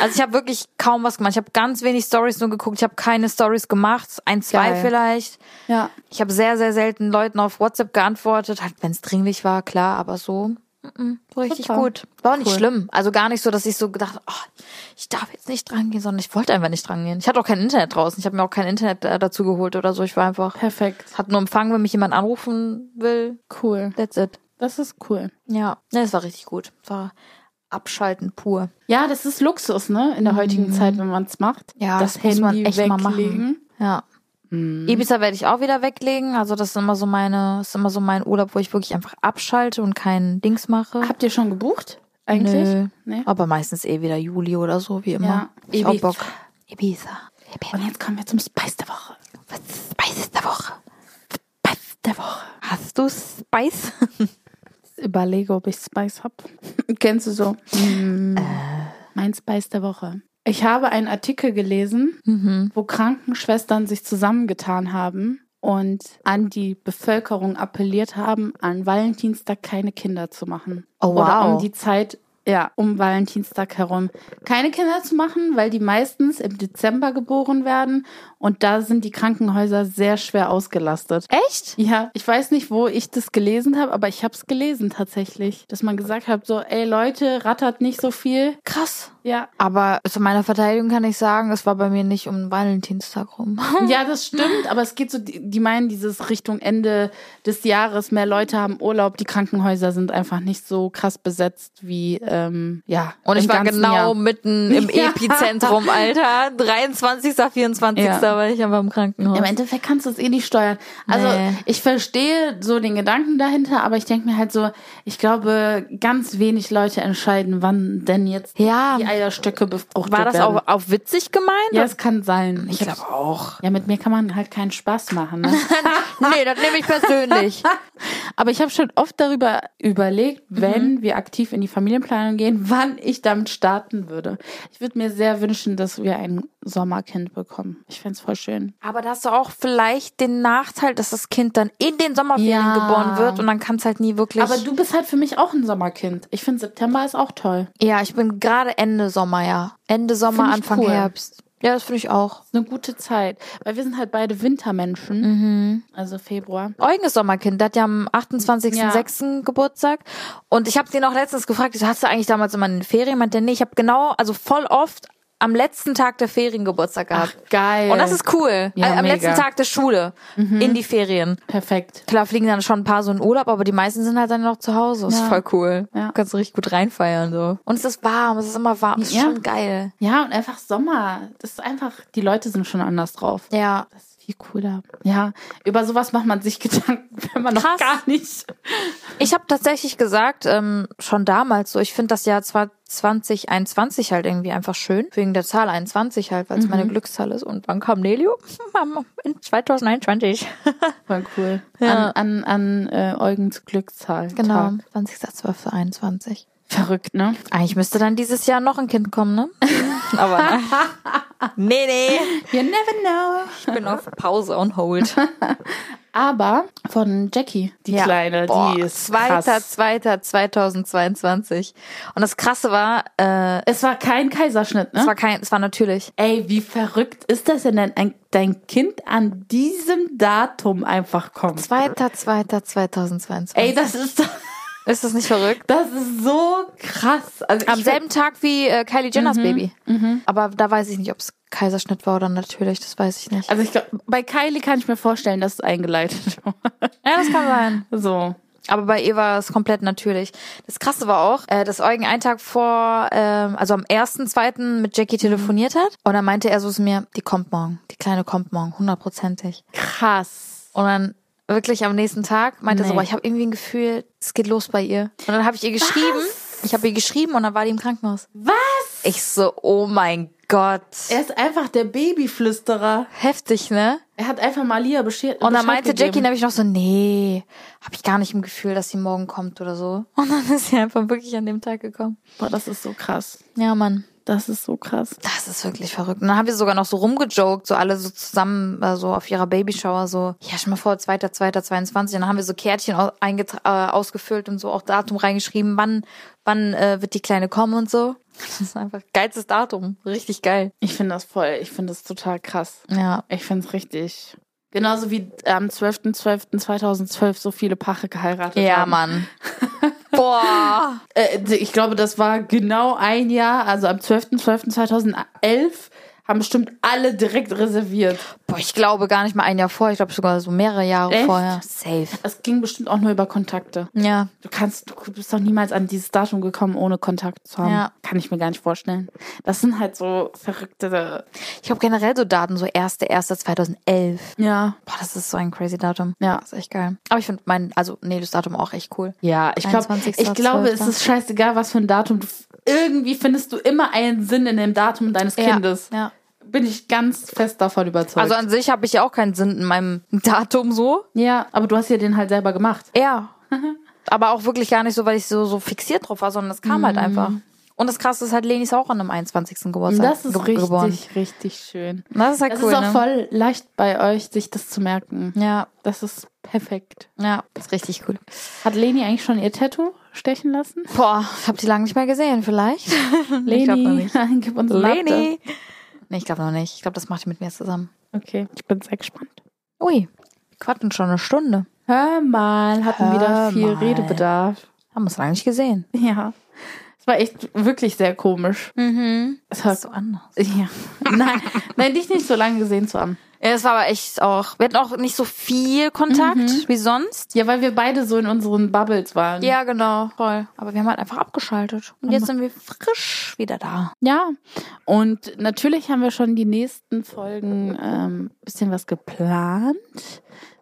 S1: also ich habe wirklich kaum was gemacht. Ich habe ganz wenig Stories nur geguckt. Ich habe keine Stories gemacht. Ein, zwei
S2: Geil.
S1: vielleicht.
S2: Ja.
S1: Ich habe sehr, sehr selten Leuten auf WhatsApp geantwortet. Halt, wenn es dringlich war, klar, aber so. mm-mm, so Richtig
S2: Super.
S1: gut. War auch nicht
S2: Cool.
S1: schlimm. Also gar nicht so, dass ich so gedacht habe, oh, ich darf jetzt nicht dran gehen, sondern ich wollte einfach nicht dran gehen. Ich hatte auch kein Internet draußen. Ich habe mir auch kein Internet äh, dazu geholt oder so. Ich war einfach,
S2: Perfekt.
S1: hat nur Empfang, wenn mich jemand anrufen will.
S2: Cool.
S1: That's it.
S2: Das ist cool.
S1: Ja, ne, es war richtig gut. Es war abschalten pur.
S2: Ja, das ist Luxus, ne? In der heutigen Zeit, wenn man es macht.
S1: Mhm. Ja,
S2: das,
S1: das muss man
S2: Handy
S1: echt mal machen.
S2: weglegen.
S1: Ja. Ibiza werde ich auch wieder weglegen. Also das ist immer so meine, ist immer so mein Urlaub, wo ich wirklich einfach abschalte und kein Dings mache.
S2: Habt ihr schon gebucht? Eigentlich?
S1: Nö.
S2: Nee.
S1: Aber meistens eh wieder Juli oder so, wie immer.
S2: Ja.
S1: Ich hab
S2: Ibiza.
S1: Bock. Ibiza. Ibiza.
S2: Und jetzt kommen wir zum Spice der Woche.
S1: Was ist Spice der Woche?
S2: Spice der Woche.
S1: Hast du Spice?
S2: Ich überlege, ob ich Spice hab. Kennst du so? Mm. Mein Spice der Woche. Ich habe einen Artikel gelesen,
S1: Mhm.
S2: wo Krankenschwestern sich zusammengetan haben und an die Bevölkerung appelliert haben, an Valentinstag keine Kinder zu machen.
S1: Oh,
S2: Oder
S1: wow.
S2: um die Zeit, ja, um Valentinstag herum keine Kinder zu machen, weil die meistens im Dezember geboren werden und da sind die Krankenhäuser sehr schwer ausgelastet.
S1: Echt?
S2: Ja, ich weiß nicht, wo ich das gelesen habe, aber ich habe es gelesen tatsächlich, dass man gesagt hat, so, ey Leute, rattert nicht so viel.
S1: Krass.
S2: Ja,
S1: Aber zu meiner Verteidigung kann ich sagen, es war bei mir nicht um Valentinstag rum.
S2: ja, das stimmt, aber es geht so, die die meinen dieses Richtung Ende des Jahres, mehr Leute haben Urlaub, die Krankenhäuser sind einfach nicht so krass besetzt wie, ähm, ja.
S1: Und ich
S2: im
S1: war
S2: ganzen
S1: genau
S2: Jahr.
S1: mitten im
S2: Ja.
S1: Epizentrum, Alter. 23. 24.
S2: Ja.
S1: war ich aber im Krankenhaus.
S2: Im Endeffekt kannst du es eh nicht steuern. Also
S1: Nee.
S2: ich verstehe so den Gedanken dahinter, aber ich denke mir halt so, ich glaube, ganz wenig Leute entscheiden, wann denn jetzt
S1: Ja.
S2: die Eierstöcke befruchtet
S1: War das
S2: werden.
S1: auch auf witzig gemeint?
S2: Ja, es kann sein.
S1: ich glaube auch.
S2: Ja, mit mir kann man halt keinen Spaß machen. Ne?
S1: nee, das nehme ich persönlich.
S2: Aber ich habe schon oft darüber überlegt, wenn wir aktiv in die Familienplanung gehen, wann ich damit starten würde. Ich würde mir sehr wünschen, dass wir ein Sommerkind bekommen. Ich fänd's voll schön.
S1: Aber da hast du auch vielleicht den Nachteil, dass das Kind dann in den Sommerferien
S2: Ja.
S1: geboren wird und dann kann es halt nie wirklich.
S2: Aber du bist halt für mich auch ein Sommerkind. Ich finde September ist auch toll.
S1: ja, ich bin gerade Ende Sommer, ja. Ende Sommer,
S2: Find ich
S1: Anfang
S2: cool.
S1: Herbst. Ja, das finde ich auch.
S2: Ist eine gute Zeit. Weil wir sind halt beide Wintermenschen. Also Februar.
S1: Eugen ist Sommerkind, der hat ja am 28.06. Geburtstag. Und ich habe den auch letztens gefragt, ich so, hast du eigentlich damals immer in den Ferien? Meint er, nee, ich habe genau, also voll oft am letzten Tag der Ferien Geburtstag gehabt.
S2: Geil.
S1: und das ist cool. Äh,
S2: Ja, mega.
S1: am
S2: Mhm.
S1: letzten Tag der Schule in die Ferien.
S2: perfekt.
S1: Klar fliegen dann schon ein paar so in Urlaub, aber die meisten sind halt dann noch zu Hause. Ist
S2: Ja.
S1: voll cool.
S2: Ja.
S1: Du kannst richtig gut reinfeiern so. Und es ist warm, es ist immer warm, es ist
S2: Ja.
S1: schon geil.
S2: Ja, und einfach Sommer. Das ist einfach, die Leute sind schon anders drauf.
S1: Ja.
S2: Das ist viel cooler. Ja, über sowas macht man sich Gedanken, wenn man noch
S1: Krass.
S2: gar nicht.
S1: Ich habe tatsächlich gesagt, ähm, schon damals so, ich finde das Jahr zwar 2021 halt irgendwie einfach schön, wegen der Zahl 21 halt, weil es
S2: Mhm.
S1: meine Glückszahl ist. Und wann kam Nelio? Am- In 2021.
S2: Voll cool.
S1: Ja.
S2: An, an, an äh, Eugens Glückszahl.
S1: Genau,
S2: Tag.
S1: 20.12.21.
S2: Verrückt, ne?
S1: Eigentlich müsste dann dieses Jahr noch ein Kind kommen, ne? Aber nein. nee, nee.
S2: You never know.
S1: Ich bin auf Pause on hold.
S2: Aber von Jackie, die Kleine,
S1: Boah,
S2: die ist
S1: zweiter,
S2: krass.
S1: zweiter, 2022. Und das Krasse war, äh,
S2: Es war kein Kaiserschnitt, ne?
S1: es war kein, es war natürlich.
S2: Ey, wie verrückt ist das denn, wenn ein, dein Kind an diesem Datum einfach kommt?
S1: Zweiter, zweiter, 2022.
S2: Ey, das ist,
S1: Ist das nicht verrückt?
S2: das ist so krass. Also
S1: Am
S2: ich wär-
S1: selben Tag wie äh, Kylie Jenners Baby. Aber da weiß ich nicht, ob es Kaiserschnitt war oder natürlich, das weiß ich nicht.
S2: Also ich glaube, bei Kylie kann ich mir vorstellen, dass es eingeleitet war.
S1: ja, das kann sein.
S2: So.
S1: Aber bei ihr war es komplett natürlich. Das Krasse war auch, äh, dass Eugen einen Tag vor, ähm, also am 1.2. mit Jackie telefoniert hat. Und dann meinte er so zu mir, die kommt morgen, die Kleine kommt morgen, hundertprozentig.
S2: Krass.
S1: Und dann wirklich am nächsten Tag meinte er so,
S2: Nee.
S1: boah, ich habe irgendwie ein Gefühl, es geht los bei ihr. Und dann habe ich ihr geschrieben. Ich habe ihr geschrieben und dann war die im Krankenhaus.
S2: Was?
S1: Ich so, oh mein Gott.
S2: Er ist einfach der Babyflüsterer.
S1: Heftig, ne?
S2: Er hat einfach Malia beschert.
S1: Und dann meinte Jackie nämlich noch so, nee, habe ich gar nicht im Gefühl, dass sie morgen kommt oder so. Und dann ist sie einfach wirklich an dem Tag gekommen.
S2: Boah, das ist so krass.
S1: Ja, Mann.
S2: Das ist so krass.
S1: Das ist wirklich verrückt. Und dann haben wir sogar noch so rumgejoked, so alle so zusammen, äh, so auf ihrer Babyshower, so, ja, schon mal vor, 2.2.22. Und dann haben wir so Kärtchen au- eingetra- äh, ausgefüllt und so auch Datum reingeschrieben, wann, wann äh, wird die Kleine kommen und so. Das ist einfach geilstes Datum. Richtig geil.
S2: Ich finde das voll, ich finde das total krass.
S1: Ja.
S2: Ich finde es richtig. Genauso wie ähm, am 12.12.2012 so viele Pache geheiratet
S1: Ja,
S2: haben.
S1: Mann. Boah.
S2: Äh, ich glaube, das war genau ein Jahr, also am 12.12.2011 haben bestimmt alle direkt reserviert.
S1: Boah, ich glaube gar nicht mal ein Jahr vorher. Ich glaube sogar so mehrere Jahre
S2: Echt?
S1: vorher. Safe.
S2: Es ging bestimmt auch nur über Kontakte.
S1: Ja.
S2: Du kannst, du bist doch niemals an dieses Datum gekommen, ohne Kontakt zu haben.
S1: Ja.
S2: Kann ich mir gar nicht vorstellen. Das sind halt so verrückte.
S1: Ich habe generell so Daten, so 1.1.2011.
S2: Ja.
S1: Boah, das ist so ein crazy Datum.
S2: Ja.
S1: Das ist echt geil. Aber ich finde mein, also nee, das Datum auch echt cool.
S2: Ja, ich, glaub,
S1: 21.
S2: ich glaube, es ist scheißegal, was für ein Datum. Du, irgendwie findest du immer einen Sinn in dem Datum deines Kindes.
S1: Ja.
S2: Bin ich ganz fest davon überzeugt.
S1: Also an sich habe ich ja auch keinen Sinn in meinem Datum so.
S2: ja, aber du hast ja den halt selber gemacht.
S1: Ja. Aber auch wirklich gar nicht so, weil ich so, so fixiert drauf war, sondern das kam
S2: Mhm.
S1: halt einfach. Und das krasse ist halt, Leni ist auch an einem 21. Geburtstag
S2: Das ist
S1: ge-
S2: richtig,
S1: geboren.
S2: richtig schön.
S1: Das ist halt
S2: Das
S1: cool.
S2: ist auch
S1: ne? Mhm.
S2: voll leicht bei euch, sich das zu merken.
S1: Ja,
S2: Das ist perfekt.
S1: ja, ist richtig cool.
S2: Hat Leni eigentlich schon ihr Tattoo stechen lassen?
S1: Boah, ich habe die lange nicht mehr gesehen, vielleicht.
S2: Leni,
S1: glaub noch nicht.
S2: gib uns ein Update.
S1: Leni. Nee, ich glaube noch nicht. Ich glaube, das macht die mit mir zusammen.
S2: Okay, ich bin sehr gespannt.
S1: Ui, wir quatschen schon eine Stunde.
S2: Hör mal, hatten
S1: Hör
S2: wieder viel
S1: mal.
S2: Redebedarf.
S1: Haben uns lange nicht gesehen.
S2: Ja. Es war echt wirklich sehr komisch.
S1: Mhm.
S2: Es war,
S1: ist so anders.
S2: ja. Nein, nein, dich nicht so lange gesehen zu haben.
S1: Ja, es war aber echt auch. Wir hatten auch nicht so viel Kontakt wie sonst.
S2: Ja, weil wir beide so in unseren Bubbles waren.
S1: Ja, genau. Voll. Aber wir haben halt einfach abgeschaltet. Und jetzt sind wir frisch wieder da.
S2: Ja. Und natürlich haben wir schon die nächsten Folgen ein ähm, bisschen was geplant.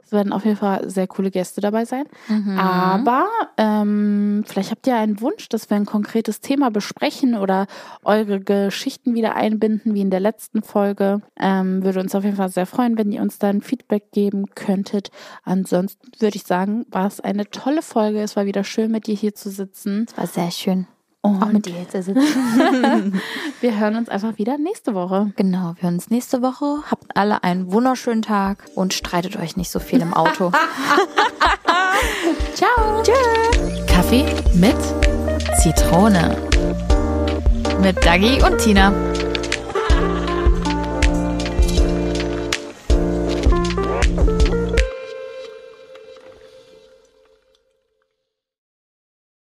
S2: Es werden auf jeden Fall sehr coole Gäste dabei sein. Aber ähm, vielleicht habt ihr einen Wunsch, dass wir ein konkretes Thema besprechen oder eure Geschichten wieder einbinden, wie in der letzten Folge. Ähm, würde uns auf jeden Fall sehr freuen, wenn ihr uns dann Feedback geben könntet. Ansonsten würde ich sagen, war es eine tolle Folge. Es war wieder schön, mit dir hier zu sitzen.
S1: War sehr schön. Auch
S2: Und
S1: mit dir jetzt sitzen.
S2: wir hören uns einfach wieder nächste Woche.
S1: genau, wir hören uns nächste Woche. Habt alle einen wunderschönen Tag und streitet euch nicht so viel im Auto.
S2: Ciao.
S3: Kaffee mit Zitrone. Mit Dagi und Tina.